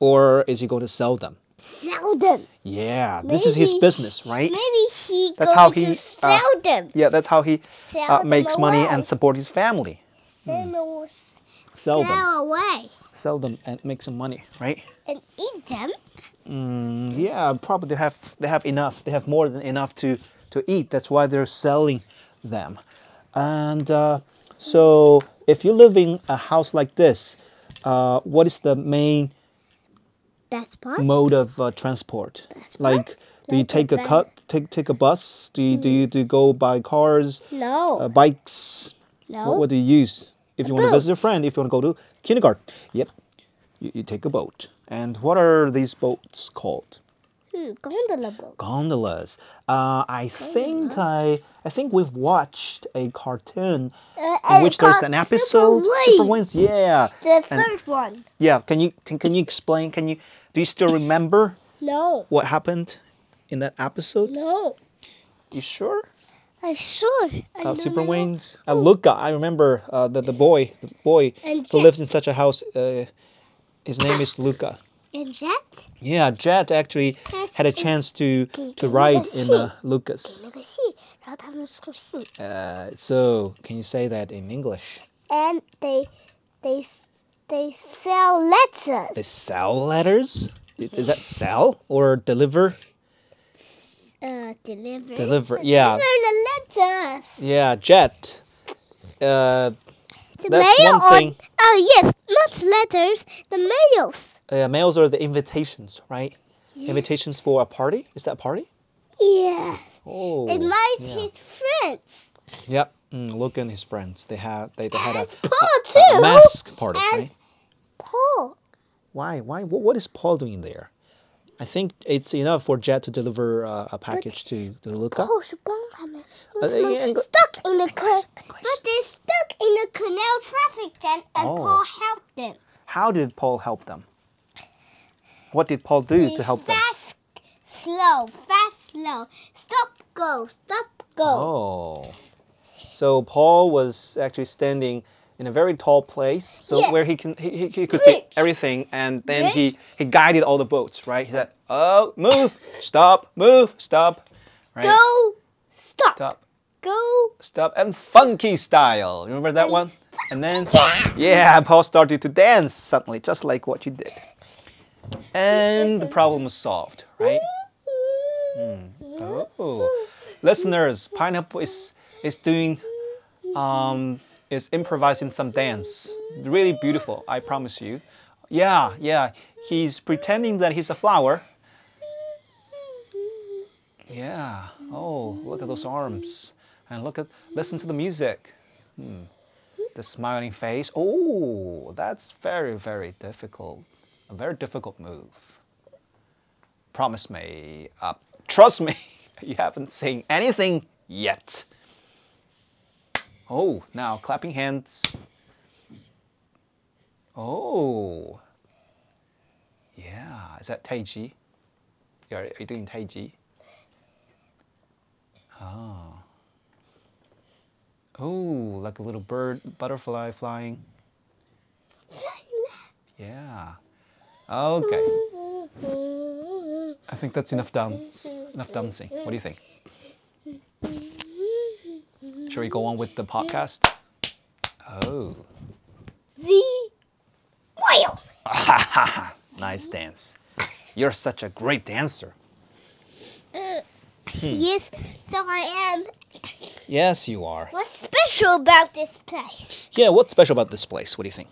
Speaker 2: or is he going to sell them?
Speaker 1: Sell them.
Speaker 2: Yeah, this is his
Speaker 1: Maybe-
Speaker 2: business, right?
Speaker 1: Maybe he
Speaker 2: That's
Speaker 1: going
Speaker 2: how he, uh,
Speaker 1: to sell them.
Speaker 2: Yeah, that's how he
Speaker 1: Sell
Speaker 2: uh,
Speaker 1: them
Speaker 2: makes money
Speaker 1: away.
Speaker 2: and support his family.
Speaker 1: Send those-
Speaker 2: Sell them.
Speaker 1: away
Speaker 2: Sell them and make some money, right?
Speaker 1: and eat them.
Speaker 2: Mm, yeah, probably they have they have enough. They have more than enough to to eat. That's why they're selling them. And uh, so, if you live in a house like this, uh, what is the main
Speaker 1: Best part.
Speaker 2: mode of uh, transport?
Speaker 1: Transport?
Speaker 2: Like, do you
Speaker 1: Like Hmm. a
Speaker 2: take a
Speaker 1: bus.
Speaker 2: cut, take take a bus? Do you do you, do you go by cars,
Speaker 1: no.
Speaker 2: uh, bikes?
Speaker 1: no.
Speaker 2: What, what do you use if you want to visit a
Speaker 1: boat.
Speaker 2: friend? If you want to go to kindergarten? Yep, you, you take a boat. And what are these boats called?
Speaker 1: hmm, gondola boat.
Speaker 2: gondolas. Uh, I think I I think we've watched a cartoon
Speaker 1: Uh,
Speaker 2: in
Speaker 1: uh,
Speaker 2: which there's
Speaker 1: called
Speaker 2: an
Speaker 1: Super
Speaker 2: episode
Speaker 1: Wings.
Speaker 2: Wings, Yeah,
Speaker 1: The
Speaker 2: And-
Speaker 1: third one.
Speaker 2: yeah. Can you can, can you explain? Can you do you still remember
Speaker 1: No.
Speaker 2: what happened in that episode?
Speaker 1: No.
Speaker 2: You sure?
Speaker 1: I sure. I
Speaker 2: Uh,
Speaker 1: don't
Speaker 2: Super
Speaker 1: know. Oh.
Speaker 2: Wings. Uh, Luca. I remember uh, the the boy the boy
Speaker 1: And
Speaker 2: who
Speaker 1: Jet.
Speaker 2: lives in such a house. Uh, his name is Luca.
Speaker 1: And Jet.
Speaker 2: Yeah, Jet actually had a chance to to ride in uh, Lucas.
Speaker 1: 那个戏，然后他们送信。
Speaker 2: Uh, so can you say that in English?
Speaker 1: and they they s- they sell letters.
Speaker 2: They sell letters? Is is that sell or deliver?
Speaker 1: Uh, deliver.
Speaker 2: Deliver, yeah.
Speaker 1: Deliver the letters.
Speaker 2: Yeah, jet. Uh,
Speaker 1: The
Speaker 2: that's
Speaker 1: mail
Speaker 2: one thing.
Speaker 1: on. Oh yes, not letters. The mails.
Speaker 2: uh, mails are the invitations, right? Invitations for a party? Is that a party?
Speaker 1: Yeah.
Speaker 2: Oh.
Speaker 1: It might
Speaker 2: yeah.
Speaker 1: his friends
Speaker 2: Yep. Mm, Luke and his friends. They had they, they had a,
Speaker 1: and Paul
Speaker 2: Oh, a
Speaker 1: too.
Speaker 2: mask party,
Speaker 1: and-
Speaker 2: right?
Speaker 1: Paul.
Speaker 2: Why? Why? What, what is Paul doing there? I think it's enough for Jet to deliver uh, a package to, to Luca.
Speaker 1: Paul should bang him.
Speaker 2: Uh, yeah, Engl-
Speaker 1: stuck in the car.
Speaker 2: English.
Speaker 1: But they stuck in the canal traffic jam, and
Speaker 2: Oh.
Speaker 1: Paul helped them.
Speaker 2: How did Paul help them? What did Paul do
Speaker 1: Be
Speaker 2: to help them?
Speaker 1: fast, slow, fast, slow. Stop, go, stop, go.
Speaker 2: Oh. So Paul was actually standing in a very tall place, so
Speaker 1: Yes.
Speaker 2: where he can he, he, he could see
Speaker 1: Bridge.
Speaker 2: everything, and then
Speaker 1: Bridge.
Speaker 2: he he guided all the boats, right? He said, "Oh, move, stop, move, stop, right,
Speaker 1: Go, stop,
Speaker 2: stop,
Speaker 1: go.
Speaker 2: stop," and funky style. Remember that one? And then yeah, Paul started to dance suddenly, just like what you did, and the problem was solved, right? Hmm. Oh, listeners, pineapple is is doing, um, is improvising some dance. Really beautiful, I promise you. Yeah, yeah. He's pretending that he's a flower. Yeah. Oh, look at those arms, and look at listen to the music. Hmm. The smiling face. Oh, that's very very difficult. a very difficult move. Promise me, uh, trust me, you haven't seen anything yet. Oh, now clapping hands. Oh, yeah. Is that Taiji? Are, are you doing Taiji? Oh. Oh, like a little bird, butterfly flying. Yeah. Okay. I think that's enough dance. Enough dancing. What do you think? Shall we go on with the podcast? Oh,
Speaker 1: Z. Wow.
Speaker 2: nice dance. You're such a great dancer. Hmm.
Speaker 1: Yes, so I am.
Speaker 2: Yes, you are.
Speaker 1: What's special about this place?
Speaker 2: Yeah, what's special about this place? What do you think?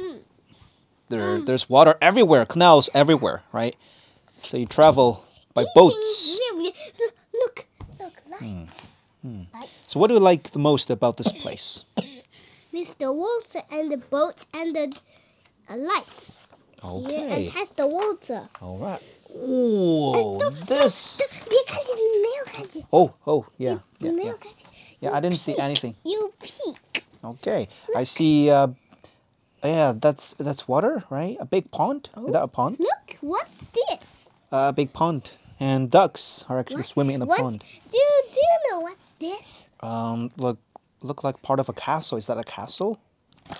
Speaker 1: Hmm. Um.
Speaker 2: There, there's water everywhere, canals everywhere, right? So you travel by boats.
Speaker 1: Look, look, look, lights.
Speaker 2: Hmm.
Speaker 1: Lights.
Speaker 2: So what do you like the most about this place?
Speaker 1: Mr. Walter and the boats and the uh, lights. Here and
Speaker 2: Okay.
Speaker 1: test the water.
Speaker 2: All right. Ooh, this.
Speaker 1: Because it's milk.
Speaker 2: Oh, oh, yeah, yeah, yeah.
Speaker 1: Milk.
Speaker 2: Yeah, I didn't see anything.
Speaker 1: You peek.
Speaker 2: Okay, I see. Uh, yeah, that's that's water, right? A big pond. Is that a pond?
Speaker 1: Look, what's this?
Speaker 2: Uh, a big pond, and ducks are actually
Speaker 1: What's-
Speaker 2: swimming in the
Speaker 1: what's-
Speaker 2: pond.
Speaker 1: Do you, do you know what's this?
Speaker 2: Um, look, look like part of a castle. Is that a castle?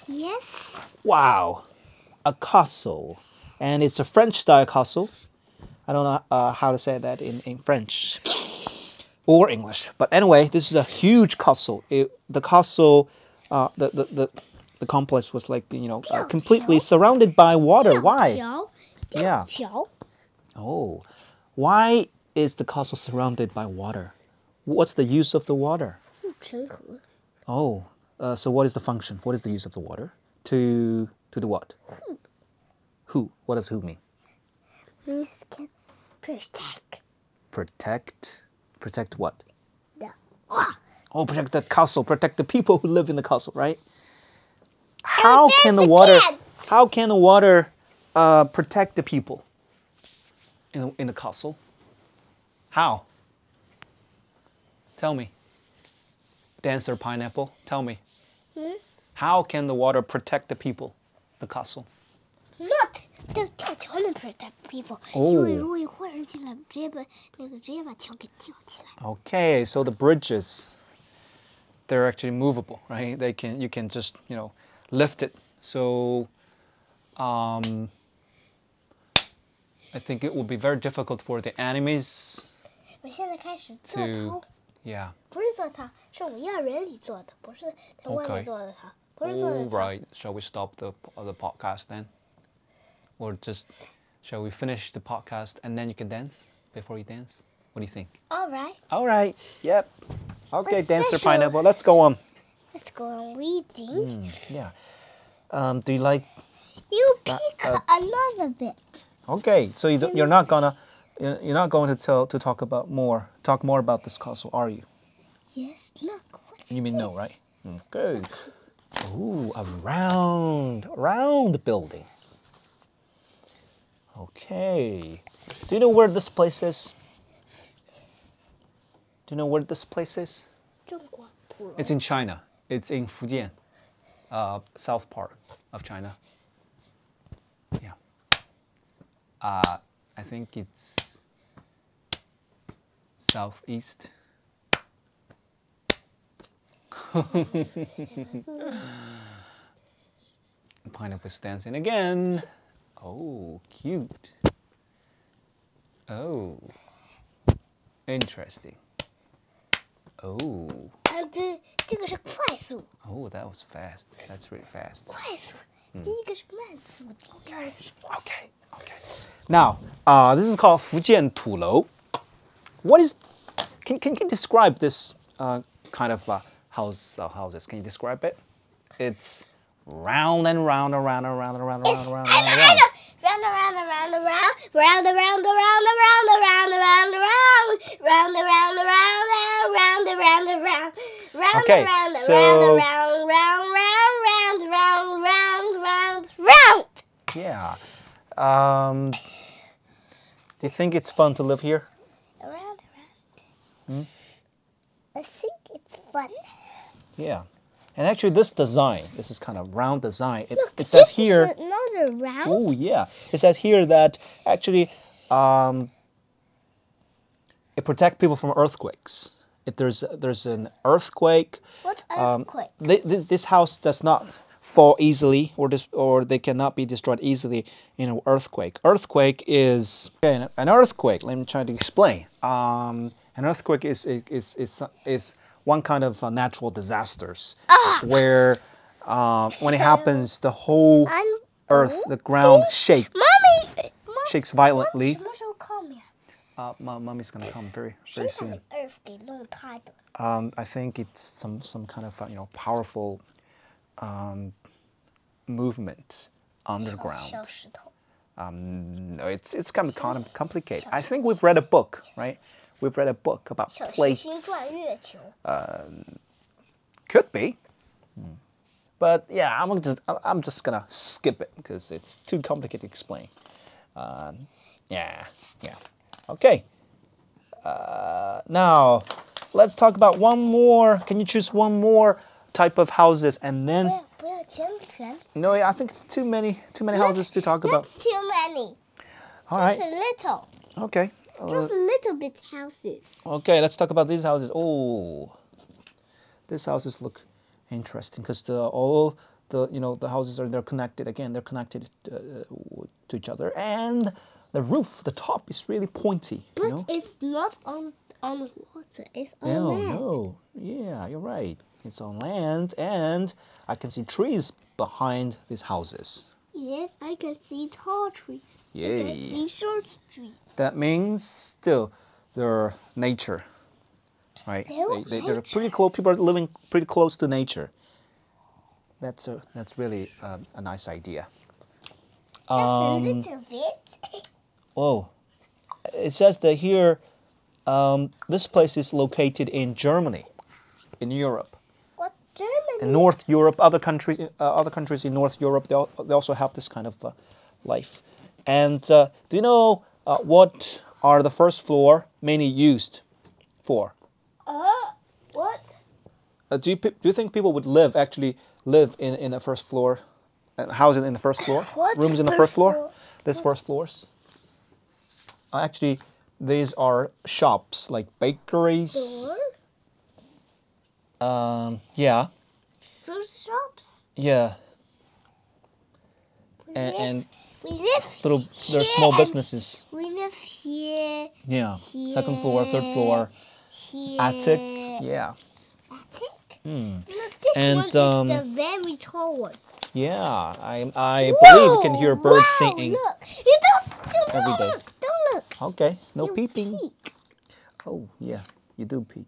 Speaker 1: Yes.
Speaker 2: Wow, a castle, and it's a French-style castle. I don't know uh, how to say that in, in French or English, but anyway, this is a huge castle. It, the castle, uh, the, the the the complex was like you know uh, completely surrounded by water. Why? Yeah. Oh, why is the castle surrounded by water? What's the use of the water? Oh, uh, so what is the function? What is the use of the water? To to do what? Who? What does who mean?
Speaker 1: Please can protect
Speaker 2: Protect. Protect what?
Speaker 1: the oh,
Speaker 2: Oh, protect the castle. Protect the people who live in the castle, right? How can the
Speaker 1: there's a
Speaker 2: water?
Speaker 1: cat!
Speaker 2: How can the water uh, protect the people in the, in the castle? How? Tell me. Dancer pineapple, tell me. How can the water protect the people, the castle?
Speaker 1: not don't touch on protect people.
Speaker 2: Oh.
Speaker 1: 因为如果有人进来，直接把那个直接把球给吊起来。
Speaker 2: Okay, so the bridges, they're actually movable, right? They can you can just you know lift it. So, um, I think it will be very difficult for the enemies
Speaker 1: 我现在开始做
Speaker 2: to,
Speaker 1: 操，
Speaker 2: yeah.
Speaker 1: 不是做操，是我要人里做的，不是在外
Speaker 2: Okay.
Speaker 1: 面做的操，不是做
Speaker 2: All
Speaker 1: 的操。
Speaker 2: right, shall we stop the po- the podcast then, or just shall we finish the podcast and then you can dance before you dance? What do you think?
Speaker 1: All right,
Speaker 2: All right. Yep. Okay,
Speaker 1: What's
Speaker 2: dancer
Speaker 1: special?
Speaker 2: pineapple. Let's go on.
Speaker 1: let's go on reading.
Speaker 2: Yeah. Um, do you like
Speaker 1: You pick
Speaker 2: uh,
Speaker 1: another bit.
Speaker 2: Okay, so you, you're not gonna, you're you're not going to tell to talk about more, talk more about this castle, are you?
Speaker 1: Yes, look. What's
Speaker 2: You mean no,
Speaker 1: this?
Speaker 2: right? Okay. Ooh, a round, round building. Okay. Do you know where this place is? Do you know where this place is?
Speaker 1: 中国普罗
Speaker 2: It's in China. It's in Fujian, uh, south part of China. Yeah. Uh, I think it's southeast. The pineapple dancing again. Oh, cute. Oh, interesting. Oh.
Speaker 1: 啊，这这个是快速，
Speaker 2: Oh, that was fast. That's really fast.
Speaker 1: 快速。第一个是慢速，第二个是
Speaker 2: Okay, okay. Now, uh, this is called Fujian Tulou. What is, can, can, can you describe this uh, kind of uh, house, uh, houses? Can you describe it? It's round and round and round and round and round and round and round
Speaker 1: I know,
Speaker 2: and
Speaker 1: I
Speaker 2: round.
Speaker 1: know. Round around around around round around around around around around around round around around around around around round
Speaker 2: Okay,
Speaker 1: around around
Speaker 2: so-
Speaker 1: around round round round round round round round
Speaker 2: Yeah. Um, do you think it's fun to live here?
Speaker 1: Around, around. I think it's fun.
Speaker 2: Yeah. And actually, this design, this is kind of round design. It,
Speaker 1: Look,
Speaker 2: it says
Speaker 1: this
Speaker 2: here.
Speaker 1: Is another round.
Speaker 2: Oh yeah, it says here that actually, um, it protects people from earthquakes. If there's there's an earthquake,
Speaker 1: What's
Speaker 2: um,
Speaker 1: earthquake?
Speaker 2: thi- thi- this house does not fall easily, or this or they cannot be destroyed easily in an earthquake. Earthquake is okay, an- an earthquake. Let me try to explain. Um, an earthquake is is is is, is one kind of uh, natural disasters where um, when it happens, the whole
Speaker 1: I'm
Speaker 2: earth, the ground shakes.
Speaker 1: Mommy, uh, mom,
Speaker 2: Shakes violently.
Speaker 1: Mom, 什么时候 come 呀？
Speaker 2: Uh, my mommy's gonna come very, very
Speaker 1: 谁把
Speaker 2: soon.
Speaker 1: 那 earth 给弄塌的？
Speaker 2: Um, I think it's some some kind of uh, you know powerful um, movement
Speaker 1: 小
Speaker 2: underground.
Speaker 1: 石头。
Speaker 2: Um, no, it's it's kind of com-
Speaker 1: Sounds-
Speaker 2: complicated. I
Speaker 1: sounds-
Speaker 2: think we've read a book, right? We've read a book about
Speaker 1: 小行星
Speaker 2: plates.
Speaker 1: 撞月球，
Speaker 2: Could be. Hmm. But yeah, I'm gonna just, I'm- I'm just gonna skip it because it's too complicated to explain. Um, yeah, yeah. Okay. Uh, now, let's talk about one more. Can you choose one more type of houses and
Speaker 1: 不
Speaker 2: then?
Speaker 1: 要不要全全。
Speaker 2: No, I think it's too many too many houses to talk about.
Speaker 1: That's too many.
Speaker 2: All
Speaker 1: Just
Speaker 2: right.
Speaker 1: a little.
Speaker 2: Okay. Uh,
Speaker 1: Just a little bit houses.
Speaker 2: Okay, let's talk about these houses. Oh, these houses look interesting because the, all the you know the houses are they're connected again. They're connected uh, to each other, and the roof, the top is really pointy.
Speaker 1: But
Speaker 2: you know?
Speaker 1: it's not on on water. It's on
Speaker 2: No,
Speaker 1: land.
Speaker 2: no, yeah, you're right. It's on land, and I can see trees behind these houses.
Speaker 1: Yes, I can see tall trees. I
Speaker 2: Yay.
Speaker 1: can see short trees.
Speaker 2: That means still they're nature, right?
Speaker 1: Still
Speaker 2: they, they, they're pretty close. People are living pretty close to nature. That's a, that's really um, a nice idea.
Speaker 1: Just
Speaker 2: Um,
Speaker 1: a little bit.
Speaker 2: Oh, it says that here, um, this place is located in Germany, in Europe,
Speaker 1: what Germany?
Speaker 2: in North Europe. Other countries, uh, other countries in North Europe, they, al- they also have this kind of uh, life. And uh, do you know uh, what are the first floor mainly used for?
Speaker 1: Uh, what?
Speaker 2: Uh, do you pe- do you think people would live actually live in in the first floor, uh, housing in the first floor,
Speaker 1: What's
Speaker 2: rooms in the
Speaker 1: first
Speaker 2: first floor,
Speaker 1: floor?
Speaker 2: this first floors? Uh, actually, these are shops like bakeries.
Speaker 1: Door?
Speaker 2: Um, yeah,
Speaker 1: Food shops?
Speaker 2: yeah, and,
Speaker 1: live-
Speaker 2: and
Speaker 1: We live.
Speaker 2: little
Speaker 1: here
Speaker 2: they're small
Speaker 1: and
Speaker 2: businesses.
Speaker 1: We live here.
Speaker 2: Yeah, second floor, third floor,
Speaker 1: Here.
Speaker 2: attic. Yeah,
Speaker 1: Attic? Look, this
Speaker 2: And,
Speaker 1: one
Speaker 2: um,
Speaker 1: is the very tall one.
Speaker 2: yeah. I I believe you can hear
Speaker 1: Whoa,
Speaker 2: birds
Speaker 1: wow,
Speaker 2: singing.
Speaker 1: Look, you don't, you
Speaker 2: every
Speaker 1: don't
Speaker 2: day.
Speaker 1: look, don't look.
Speaker 2: Okay, no
Speaker 1: you
Speaker 2: peeping.
Speaker 1: peek.
Speaker 2: Oh yeah, you do peek.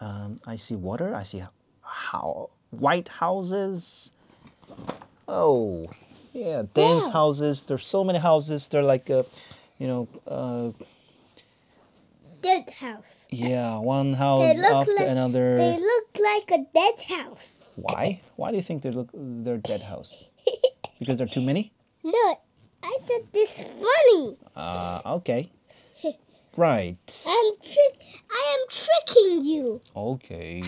Speaker 2: Um, I see water. I see how white houses. Oh, yeah, dense
Speaker 1: Wow.
Speaker 2: houses. There's so many houses. They're like a, you know, uh,
Speaker 1: Dead house.
Speaker 2: yeah, one
Speaker 1: They
Speaker 2: house
Speaker 1: look
Speaker 2: after
Speaker 1: like
Speaker 2: another.
Speaker 1: they look like a dead house.
Speaker 2: Why? Why do you think they look they're dead house? Because there are too many.
Speaker 1: Look, I said this funny.
Speaker 2: Uh, okay. Right.
Speaker 1: I'm trick. I am tricking you.
Speaker 2: Okay.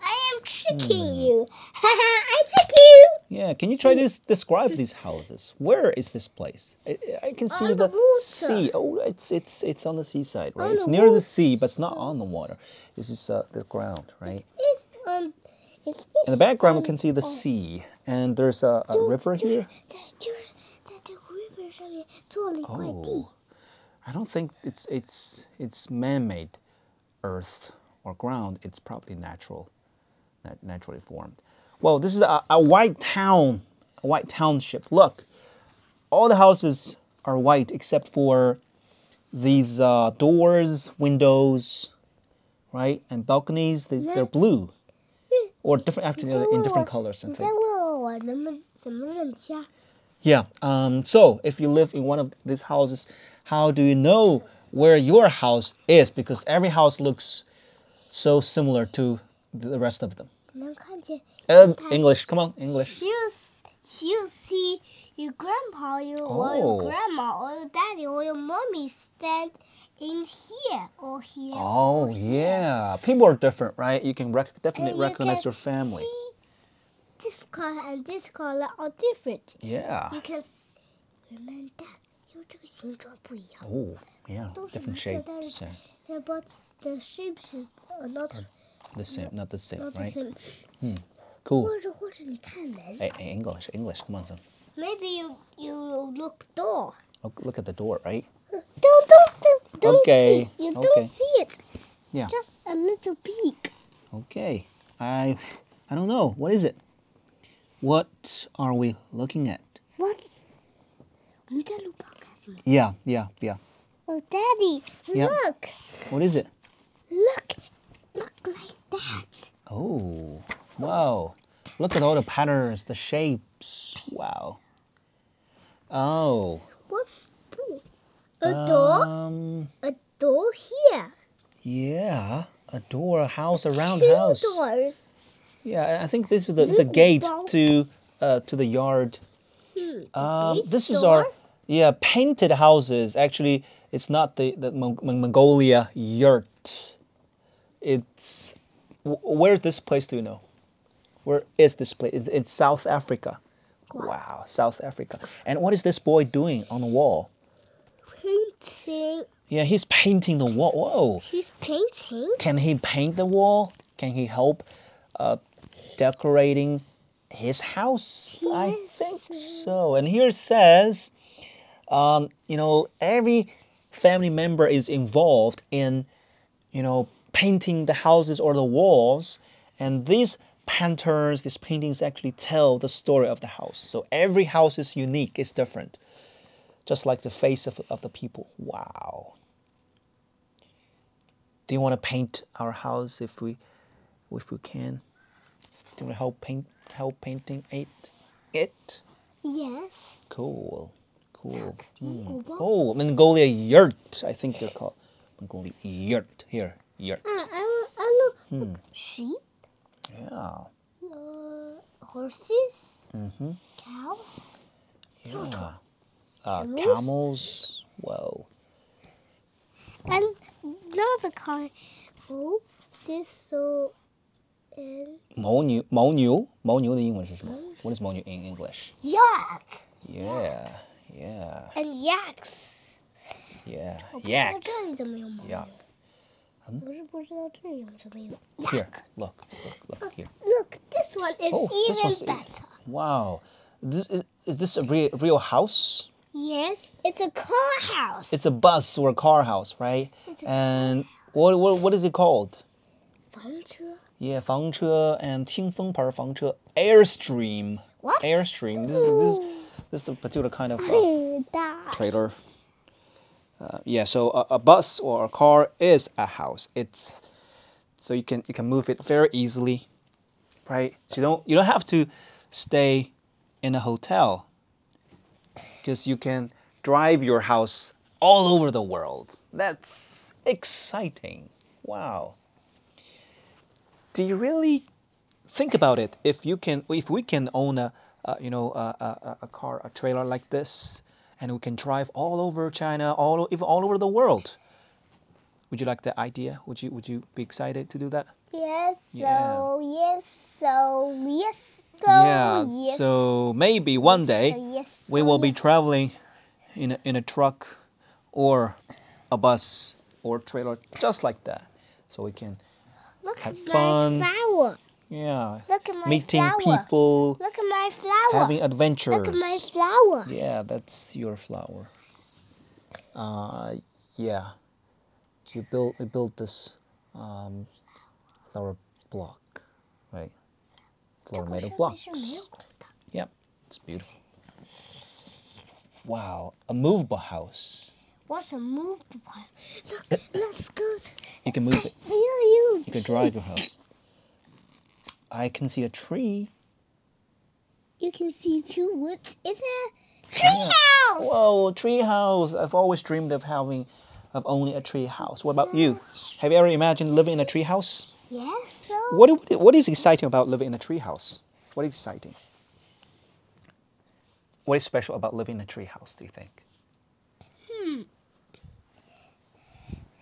Speaker 1: I am tricking
Speaker 2: Hmm.
Speaker 1: you. Haha! I trick you.
Speaker 2: Yeah, can you try to s- describe these houses? Where is this place? I, I can see
Speaker 1: On the
Speaker 2: the,
Speaker 1: water.
Speaker 2: sea. Oh, it's it's it's on the seaside, right?
Speaker 1: On
Speaker 2: it's
Speaker 1: the
Speaker 2: near the sea, but it's not on the water. This is uh, the ground, right?
Speaker 1: It's um. It's, it's
Speaker 2: In the background, we can see the sea, and there's a, a river here.
Speaker 1: 在就是在这个
Speaker 2: Oh, I don't think it's it's it's man-made earth or ground. It's probably natural, nat- naturally formed. Well, this is a, a white town, a white township. Look, all the houses are white except for these uh, doors, windows, right, and balconies. They, they're blue, or different actually they're in different colors. I think.
Speaker 1: 在问我我能不能怎么认家？
Speaker 2: Yeah. Um, so if you live in one of these houses, how do you know where your house is? Because every house looks so similar to the rest of them. Um,
Speaker 1: 能看见
Speaker 2: Uh, English. Come on, English.
Speaker 1: You s- you see your grandpa, your, or your
Speaker 2: Oh.
Speaker 1: grandma, or your daddy, or your mommy stand in here or here.
Speaker 2: Oh, yeah. People are different, right? You can rec-
Speaker 1: and
Speaker 2: definitely
Speaker 1: you
Speaker 2: recognize
Speaker 1: can
Speaker 2: your family.
Speaker 1: See this color and this color are different.
Speaker 2: Yeah.
Speaker 1: You can s- remember that 因为这个形状不一样。
Speaker 2: Oh, yeah.
Speaker 1: 都是蓝
Speaker 2: Different
Speaker 1: 色，但
Speaker 2: shapes.
Speaker 1: 是 the
Speaker 2: Yeah.
Speaker 1: but the shapes is are not
Speaker 2: The same, not the same,
Speaker 1: not the
Speaker 2: right?
Speaker 1: same。
Speaker 2: Cool.
Speaker 1: 或者或者你看人
Speaker 2: Hey, hey, English, English. Come on, son.
Speaker 1: ，maybe you you look door。
Speaker 2: Look, look at the door, right?
Speaker 1: Don't don't don't don't
Speaker 2: Okay,
Speaker 1: see you
Speaker 2: okay.
Speaker 1: don't see it
Speaker 2: Yeah.
Speaker 1: just a little peek
Speaker 2: Okay. I, I don't know. What is it? What are we looking at?
Speaker 1: what 我们在录 podcast 吗
Speaker 2: Yeah, yeah, yeah.
Speaker 1: ？Oh daddy
Speaker 2: Yeah.
Speaker 1: look
Speaker 2: What is it?
Speaker 1: look look like that
Speaker 2: Oh, wow. Look at all the patterns, the shapes. Wow. Oh.
Speaker 1: what's do- a
Speaker 2: Uh
Speaker 1: door
Speaker 2: Um,
Speaker 1: a door here
Speaker 2: yeah. A door, a house, a round
Speaker 1: two
Speaker 2: house.
Speaker 1: doors
Speaker 2: Yeah, I- I think this is the, the gate
Speaker 1: Wow.
Speaker 2: to uh, to the yard.
Speaker 1: hmm, the
Speaker 2: Um,
Speaker 1: big
Speaker 2: this is
Speaker 1: door.
Speaker 2: our yeah painted houses. Actually, it's not the, the Mon- Mon- Mongolia yurt. It's wh- where is this place? Do you know? Where is this place? It's, it's South Africa. Wow, South Africa. And what is this boy doing on the wall?
Speaker 1: painting
Speaker 2: Yeah, he's painting the wall. Whoa.
Speaker 1: he's painting
Speaker 2: can he paint the wall? Can he help uh, decorating his house? I think so. And here it says, um, you know, every family member is involved in, you know, painting the houses or the walls, and these painters, these paintings actually tell the story of the house. So every house is unique, it's different, just like the face of, of the people. Wow do you want to paint our house if we if we can do you want to help paint help painting it it
Speaker 1: yes
Speaker 2: cool cool
Speaker 1: Mm.
Speaker 2: oh mongolia yurt i think they're called mongolia yurt here yurt
Speaker 1: Uh, I will, I will
Speaker 2: Hmm.
Speaker 1: sheep,
Speaker 2: yeah
Speaker 1: uh, horses,
Speaker 2: Mm-hmm.
Speaker 1: cows,
Speaker 2: yeah uh,
Speaker 1: Camels?
Speaker 2: camels whoa
Speaker 1: and another kind. Oh, this so and
Speaker 2: 牦牛-牦牛-牦牛的英文是什么？what is 牦牛 in english
Speaker 1: yak
Speaker 2: yeah yeah
Speaker 1: and yaks.
Speaker 2: yeah
Speaker 1: 我不知
Speaker 2: yak
Speaker 1: 道这里怎么有牦牛
Speaker 2: yak
Speaker 1: 我是不知道这里有怎么有
Speaker 2: here
Speaker 1: yak。
Speaker 2: look look look here
Speaker 1: Look, this one is
Speaker 2: Oh, this was
Speaker 1: even
Speaker 2: the-
Speaker 1: better.
Speaker 2: Wow. This, is, is this a real, real house?
Speaker 1: Yes, it's a car house.
Speaker 2: It's a bus or a car house, right?
Speaker 1: It's a car
Speaker 2: And what, what, what is it called?
Speaker 1: 房车
Speaker 2: Yeah, 房车 and 轻风牌房车 Airstream.
Speaker 1: What?
Speaker 2: Airstream. This is, this, is, this is a particular kind of uh,
Speaker 1: 很大。
Speaker 2: trailer. Uh, yeah, so a, a bus or a car is a house. It's so you can you can move it very easily, right? So you don't you don't have to stay in a hotel because you can drive your house all over the world. That's exciting. Wow. Do you really think about it? If you can, if we can own a, uh, you know, a, a, a- a car, a trailer like this, and we can drive all over China, all o- even all over the world. Would you like that idea? Would you Would you be excited to do that?
Speaker 1: Yes,
Speaker 2: Yeah.
Speaker 1: so, yes, so, yes, so,
Speaker 2: yeah.
Speaker 1: Oh, yes.
Speaker 2: So maybe one day
Speaker 1: yes,
Speaker 2: we
Speaker 1: so,
Speaker 2: will be
Speaker 1: yes.
Speaker 2: traveling in a, in a truck or a bus or trailer just like that, so we can
Speaker 1: Look
Speaker 2: have
Speaker 1: at
Speaker 2: fun.
Speaker 1: my flower.
Speaker 2: yeah
Speaker 1: Look at my
Speaker 2: meeting
Speaker 1: flower.
Speaker 2: people,
Speaker 1: Look at my flower.
Speaker 2: having adventures.
Speaker 1: Look at my flower.
Speaker 2: Yeah, that's your flower. Uh, yeah, you build you build this um, flower block, right? Flower made
Speaker 1: 上面是没
Speaker 2: of
Speaker 1: 有
Speaker 2: blocks.
Speaker 1: 孔的
Speaker 2: Yep, it's beautiful. Wow, a movable house.
Speaker 1: What's a movable one? Look, let's go. To,
Speaker 2: You can move it.
Speaker 1: you, you.
Speaker 2: You can drive your house. I can see a tree.
Speaker 1: You can see two woods. It's a treehouse.
Speaker 2: Whoa, tree house! I've always dreamed of having, of owning a tree house. What about you? Have you ever imagined living in a tree house?
Speaker 1: Yes, so.
Speaker 2: What, what is exciting about living in a treehouse? What is exciting? What is special about living in a treehouse? Do you think? Hmm.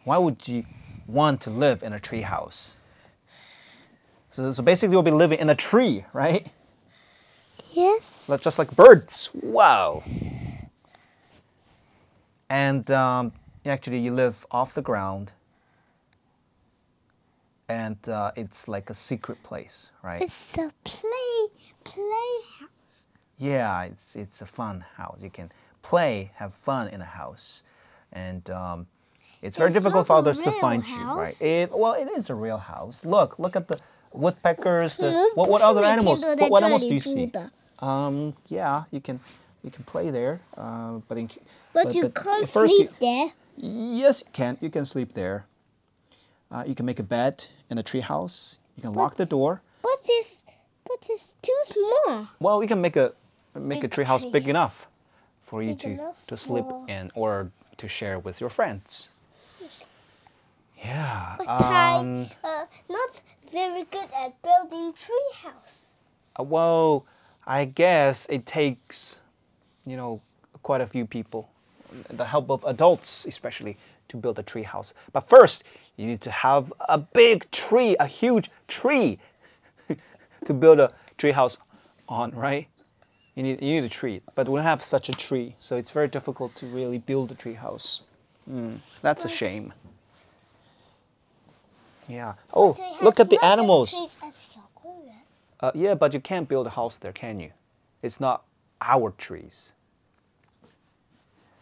Speaker 2: Why would you want to live in a treehouse? So, so basically, you'll be living in a tree, right?
Speaker 1: Yes.
Speaker 2: Like- just like birds. Wow. And um, actually, you live off the ground, and uh, it's like a secret place, right?
Speaker 1: It's a play playhouse.
Speaker 2: yeah, it's it's a fun house. You can play, have fun in a house, and um, it's very
Speaker 1: It's
Speaker 2: difficult
Speaker 1: not
Speaker 2: for
Speaker 1: a
Speaker 2: others to
Speaker 1: real
Speaker 2: find you,
Speaker 1: house.
Speaker 2: right? It well, it is a real house. Look, look at the woodpeckers. The,
Speaker 1: Hmm,
Speaker 2: what what other
Speaker 1: we can
Speaker 2: animals?
Speaker 1: do
Speaker 2: What,
Speaker 1: that
Speaker 2: what animals do you
Speaker 1: really
Speaker 2: see?
Speaker 1: do that.
Speaker 2: Um, yeah, you can you can play there, uh, but in,
Speaker 1: But, you can't sleep there.
Speaker 2: Yes, you can. You can sleep there. Uh, you can make a bed in a treehouse. You can lock the door.
Speaker 1: But it's but it's too small.
Speaker 2: Well, we can make a make a
Speaker 1: Big
Speaker 2: treehouse
Speaker 1: tree.
Speaker 2: big enough for you
Speaker 1: Big
Speaker 2: to,
Speaker 1: enough
Speaker 2: to sleep
Speaker 1: for-
Speaker 2: in or to share with your friends. Yeah.
Speaker 1: But
Speaker 2: Um,
Speaker 1: I uh, not very good at building treehouse.
Speaker 2: uh, well, I guess it takes, you know, quite a few people, the help of adults especially, to build a tree house. But first, you need to have a big tree, a huge tree, to build a tree house on, right? You need you need a tree, but we don't have such a tree, so it's very difficult to really build a tree house. Mm, that's a shame. Yeah. Oh,
Speaker 1: So it
Speaker 2: look
Speaker 1: has
Speaker 2: at the
Speaker 1: lots of
Speaker 2: animals.
Speaker 1: trees at 小公园.
Speaker 2: Uh, yeah, but you can't build a house there, can you? It's not our trees.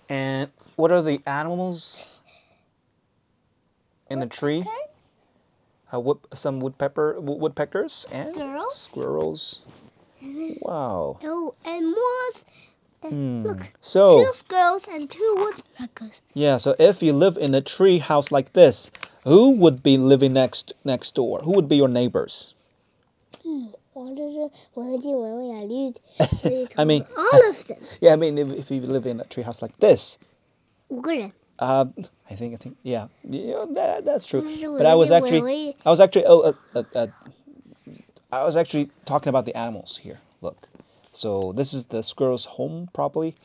Speaker 2: And what are the animals in the tree?
Speaker 1: Woodpecker,
Speaker 2: Uh, wood, some woodpepper, wo- woodpeckers and
Speaker 1: Squirrels.
Speaker 2: squirrels. Wow.
Speaker 1: Oh, and moths.
Speaker 2: Hmm.
Speaker 1: And Look,
Speaker 2: So-
Speaker 1: two squirrels and two woodpeckers.
Speaker 2: Yeah. So if you live in a tree house like this, who would be living next next door? Who would be your neighbors?
Speaker 1: 我就是文文静、文文雅、绿
Speaker 2: I mean-
Speaker 1: all of them
Speaker 2: Yeah, I mean, if, if you live in a tree house like this,
Speaker 1: 五个人。
Speaker 2: Uh, I think I think yeah, yeah that, that's true.
Speaker 1: Where-
Speaker 2: But I was
Speaker 1: where-
Speaker 2: actually
Speaker 1: where-
Speaker 2: I was actually oh uh, uh, uh, I was actually talking about the animals here. Look, so this is the squirrel's home probably.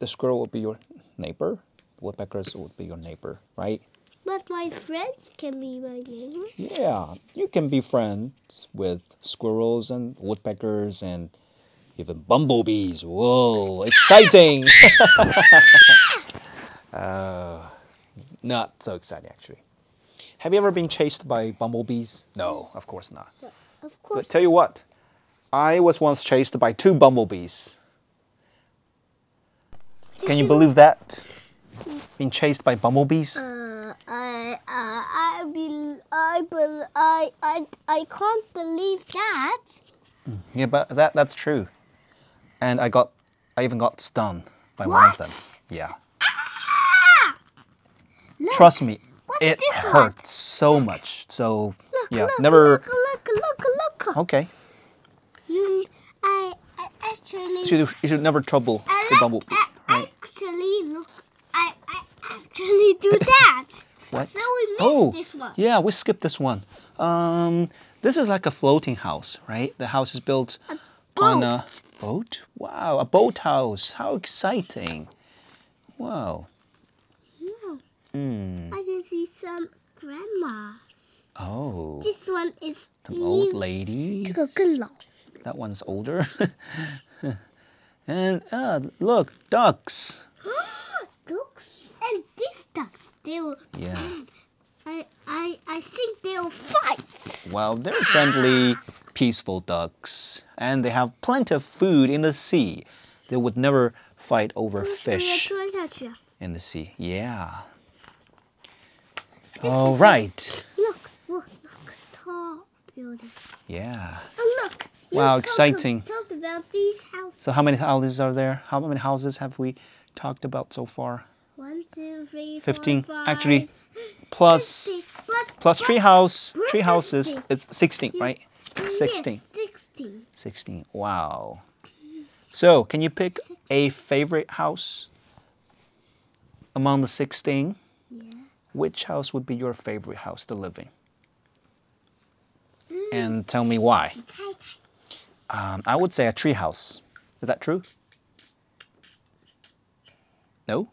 Speaker 2: The squirrel would be your neighbor. Woodpeckers would be your neighbor, right?
Speaker 1: But my friends can be my neighbor.
Speaker 2: Yeah, you can be friends with squirrels and woodpeckers and even bumblebees. Whoa, exciting! uh, not so exciting, actually. Have you ever been chased by bumblebees? No, of course not.
Speaker 1: Of
Speaker 2: But
Speaker 1: course.
Speaker 2: tell you what, I was once chased by two bumblebees. Can you believe that? Being chased by bumblebees?
Speaker 1: Uh, I, uh, I, bel I, bel I, I, I can't believe that.
Speaker 2: Yeah, but that that's true. And I got, I even got stung by one of them. Yeah. Trust me,
Speaker 1: Ah! What's
Speaker 2: it
Speaker 1: this one?
Speaker 2: hurts so much. So
Speaker 1: Look,
Speaker 2: yeah,
Speaker 1: look,
Speaker 2: never. Oh.
Speaker 1: Look, look, look, look.
Speaker 2: Okay,
Speaker 1: You, I, I actually.
Speaker 2: you should, you should never trouble
Speaker 1: I
Speaker 2: the
Speaker 1: like-
Speaker 2: bumblebee.
Speaker 1: I
Speaker 2: right?
Speaker 1: actually look. I, I actually do that.
Speaker 2: What?
Speaker 1: So we missed
Speaker 2: oh,
Speaker 1: this one.
Speaker 2: yeah, we skipped this one. Um, this is like a floating house, right? The house is built on a boat. Wow, a boat house. How exciting! Wow.
Speaker 1: No.
Speaker 2: Hmm.
Speaker 1: I can see some grandma.
Speaker 2: Oh,
Speaker 1: This one is
Speaker 2: some old lady.
Speaker 1: 这个更老。
Speaker 2: That one's older. and uh, look, ducks.
Speaker 1: Ducks and these ducks, they will.
Speaker 2: Yeah.
Speaker 1: I, I, I think they will fight.
Speaker 2: Well, they're friendly, peaceful ducks, and they have plenty of food in the sea. They would never fight over
Speaker 1: 我
Speaker 2: fish
Speaker 1: 突然下去啊。
Speaker 2: in the sea. Yeah.
Speaker 1: is
Speaker 2: All
Speaker 1: a-
Speaker 2: right.
Speaker 1: Look, look, look, tall building.
Speaker 2: Yeah.
Speaker 1: Oh look. you
Speaker 2: Wow,
Speaker 1: talk-
Speaker 2: exciting.
Speaker 1: Talk about these houses.
Speaker 2: So, how many houses are there? How many houses have we talked about so far?
Speaker 1: One, two, three, four,
Speaker 2: 15.
Speaker 1: five,
Speaker 2: Actually, plus
Speaker 1: six, plus,
Speaker 2: plus tree house, tree
Speaker 1: Plus
Speaker 2: houses.
Speaker 1: sixteen.
Speaker 2: It's 16,
Speaker 1: Yeah.
Speaker 2: right?
Speaker 1: Yes,
Speaker 2: 16.
Speaker 1: Sixteen.
Speaker 2: 16. Wow. So, can you pick a favorite house among the 16?
Speaker 1: Yeah.
Speaker 2: Which house would be your favorite house to live in?
Speaker 1: Mm.
Speaker 2: And tell me why. Um, I would say a tree house. Is that true? No?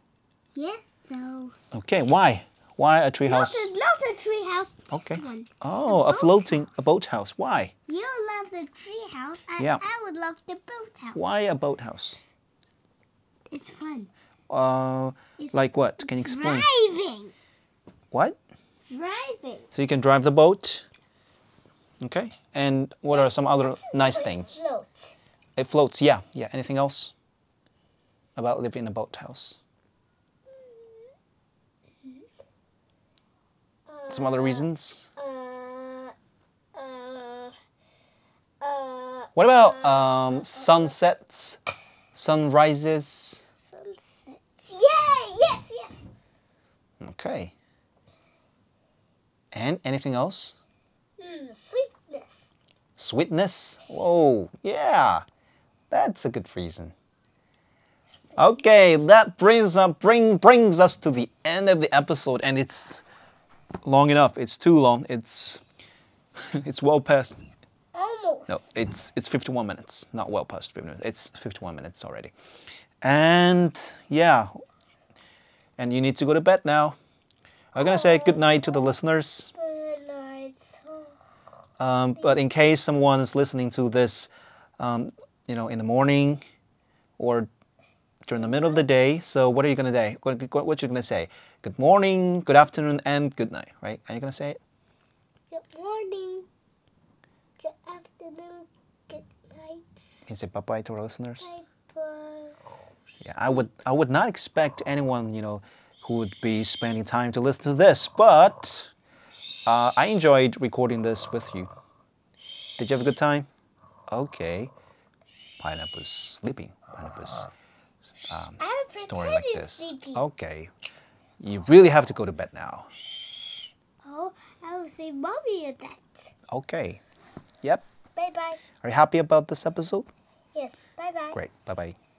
Speaker 1: Yes, so.
Speaker 2: Okay, why? Why a
Speaker 1: Not
Speaker 2: treehouse?
Speaker 1: a, not a tree house. this
Speaker 2: Okay.
Speaker 1: one.
Speaker 2: Oh, a
Speaker 1: boathouse.
Speaker 2: floating a boathouse. Why?
Speaker 1: You love the tree house. I,
Speaker 2: Yeah.
Speaker 1: I would love the boathouse.
Speaker 2: Why a boathouse?
Speaker 1: It's fun.
Speaker 2: Uh,
Speaker 1: It's
Speaker 2: like what? Can you explain?
Speaker 1: Driving.
Speaker 2: What?
Speaker 1: Driving.
Speaker 2: So you can drive the boat. Okay. And what are some other nice
Speaker 1: It's
Speaker 2: things?
Speaker 1: Float.
Speaker 2: It floats. Yeah. Yeah. Anything else about living in a boathouse? Some other reasons?
Speaker 1: Uh, uh, uh,
Speaker 2: What about um, sunsets, sunrises?
Speaker 1: sunset. Yay! Yes, yes.
Speaker 2: Okay. And anything else?
Speaker 1: Mm, sweetness.
Speaker 2: Sweetness? Whoa, yeah. That's a good reason. Okay, that brings up bring brings us to the end of the episode and it's long enough. It's too long. It's it's well past
Speaker 1: Almost.
Speaker 2: no, it's it's 51 minutes, not well past 50 minutes. It's 51 minutes already. And yeah. And you need to go to bed now. I'm going to say good night to the listeners.
Speaker 1: Good night. Oh,
Speaker 2: Um, but in case someone is listening to this, um, you know, in the morning or during the middle of the day, so what are you gonna say? What, what, what you gonna say? Good morning, good afternoon, and good night, right? Are you gonna say it?
Speaker 1: Good morning. Good afternoon. Good night.
Speaker 2: Can you say bye bye to our listeners?
Speaker 1: Bye bye.
Speaker 2: Yeah, I would I would not expect anyone you know who would be spending time to listen to this, but uh, I enjoyed recording this with you. Did you have a good time? Okay. Pineapple's sleeping. Pineapple's um,
Speaker 1: I'm
Speaker 2: snoring
Speaker 1: pretending
Speaker 2: like this. Oh.
Speaker 1: sleepy.
Speaker 2: Okay. You really have to go to bed now.
Speaker 1: Oh, I will say mommy and that.
Speaker 2: Okay. Yep.
Speaker 1: Bye bye.
Speaker 2: Are you happy about this episode?
Speaker 1: Yes, bye bye.
Speaker 2: Great. Bye bye.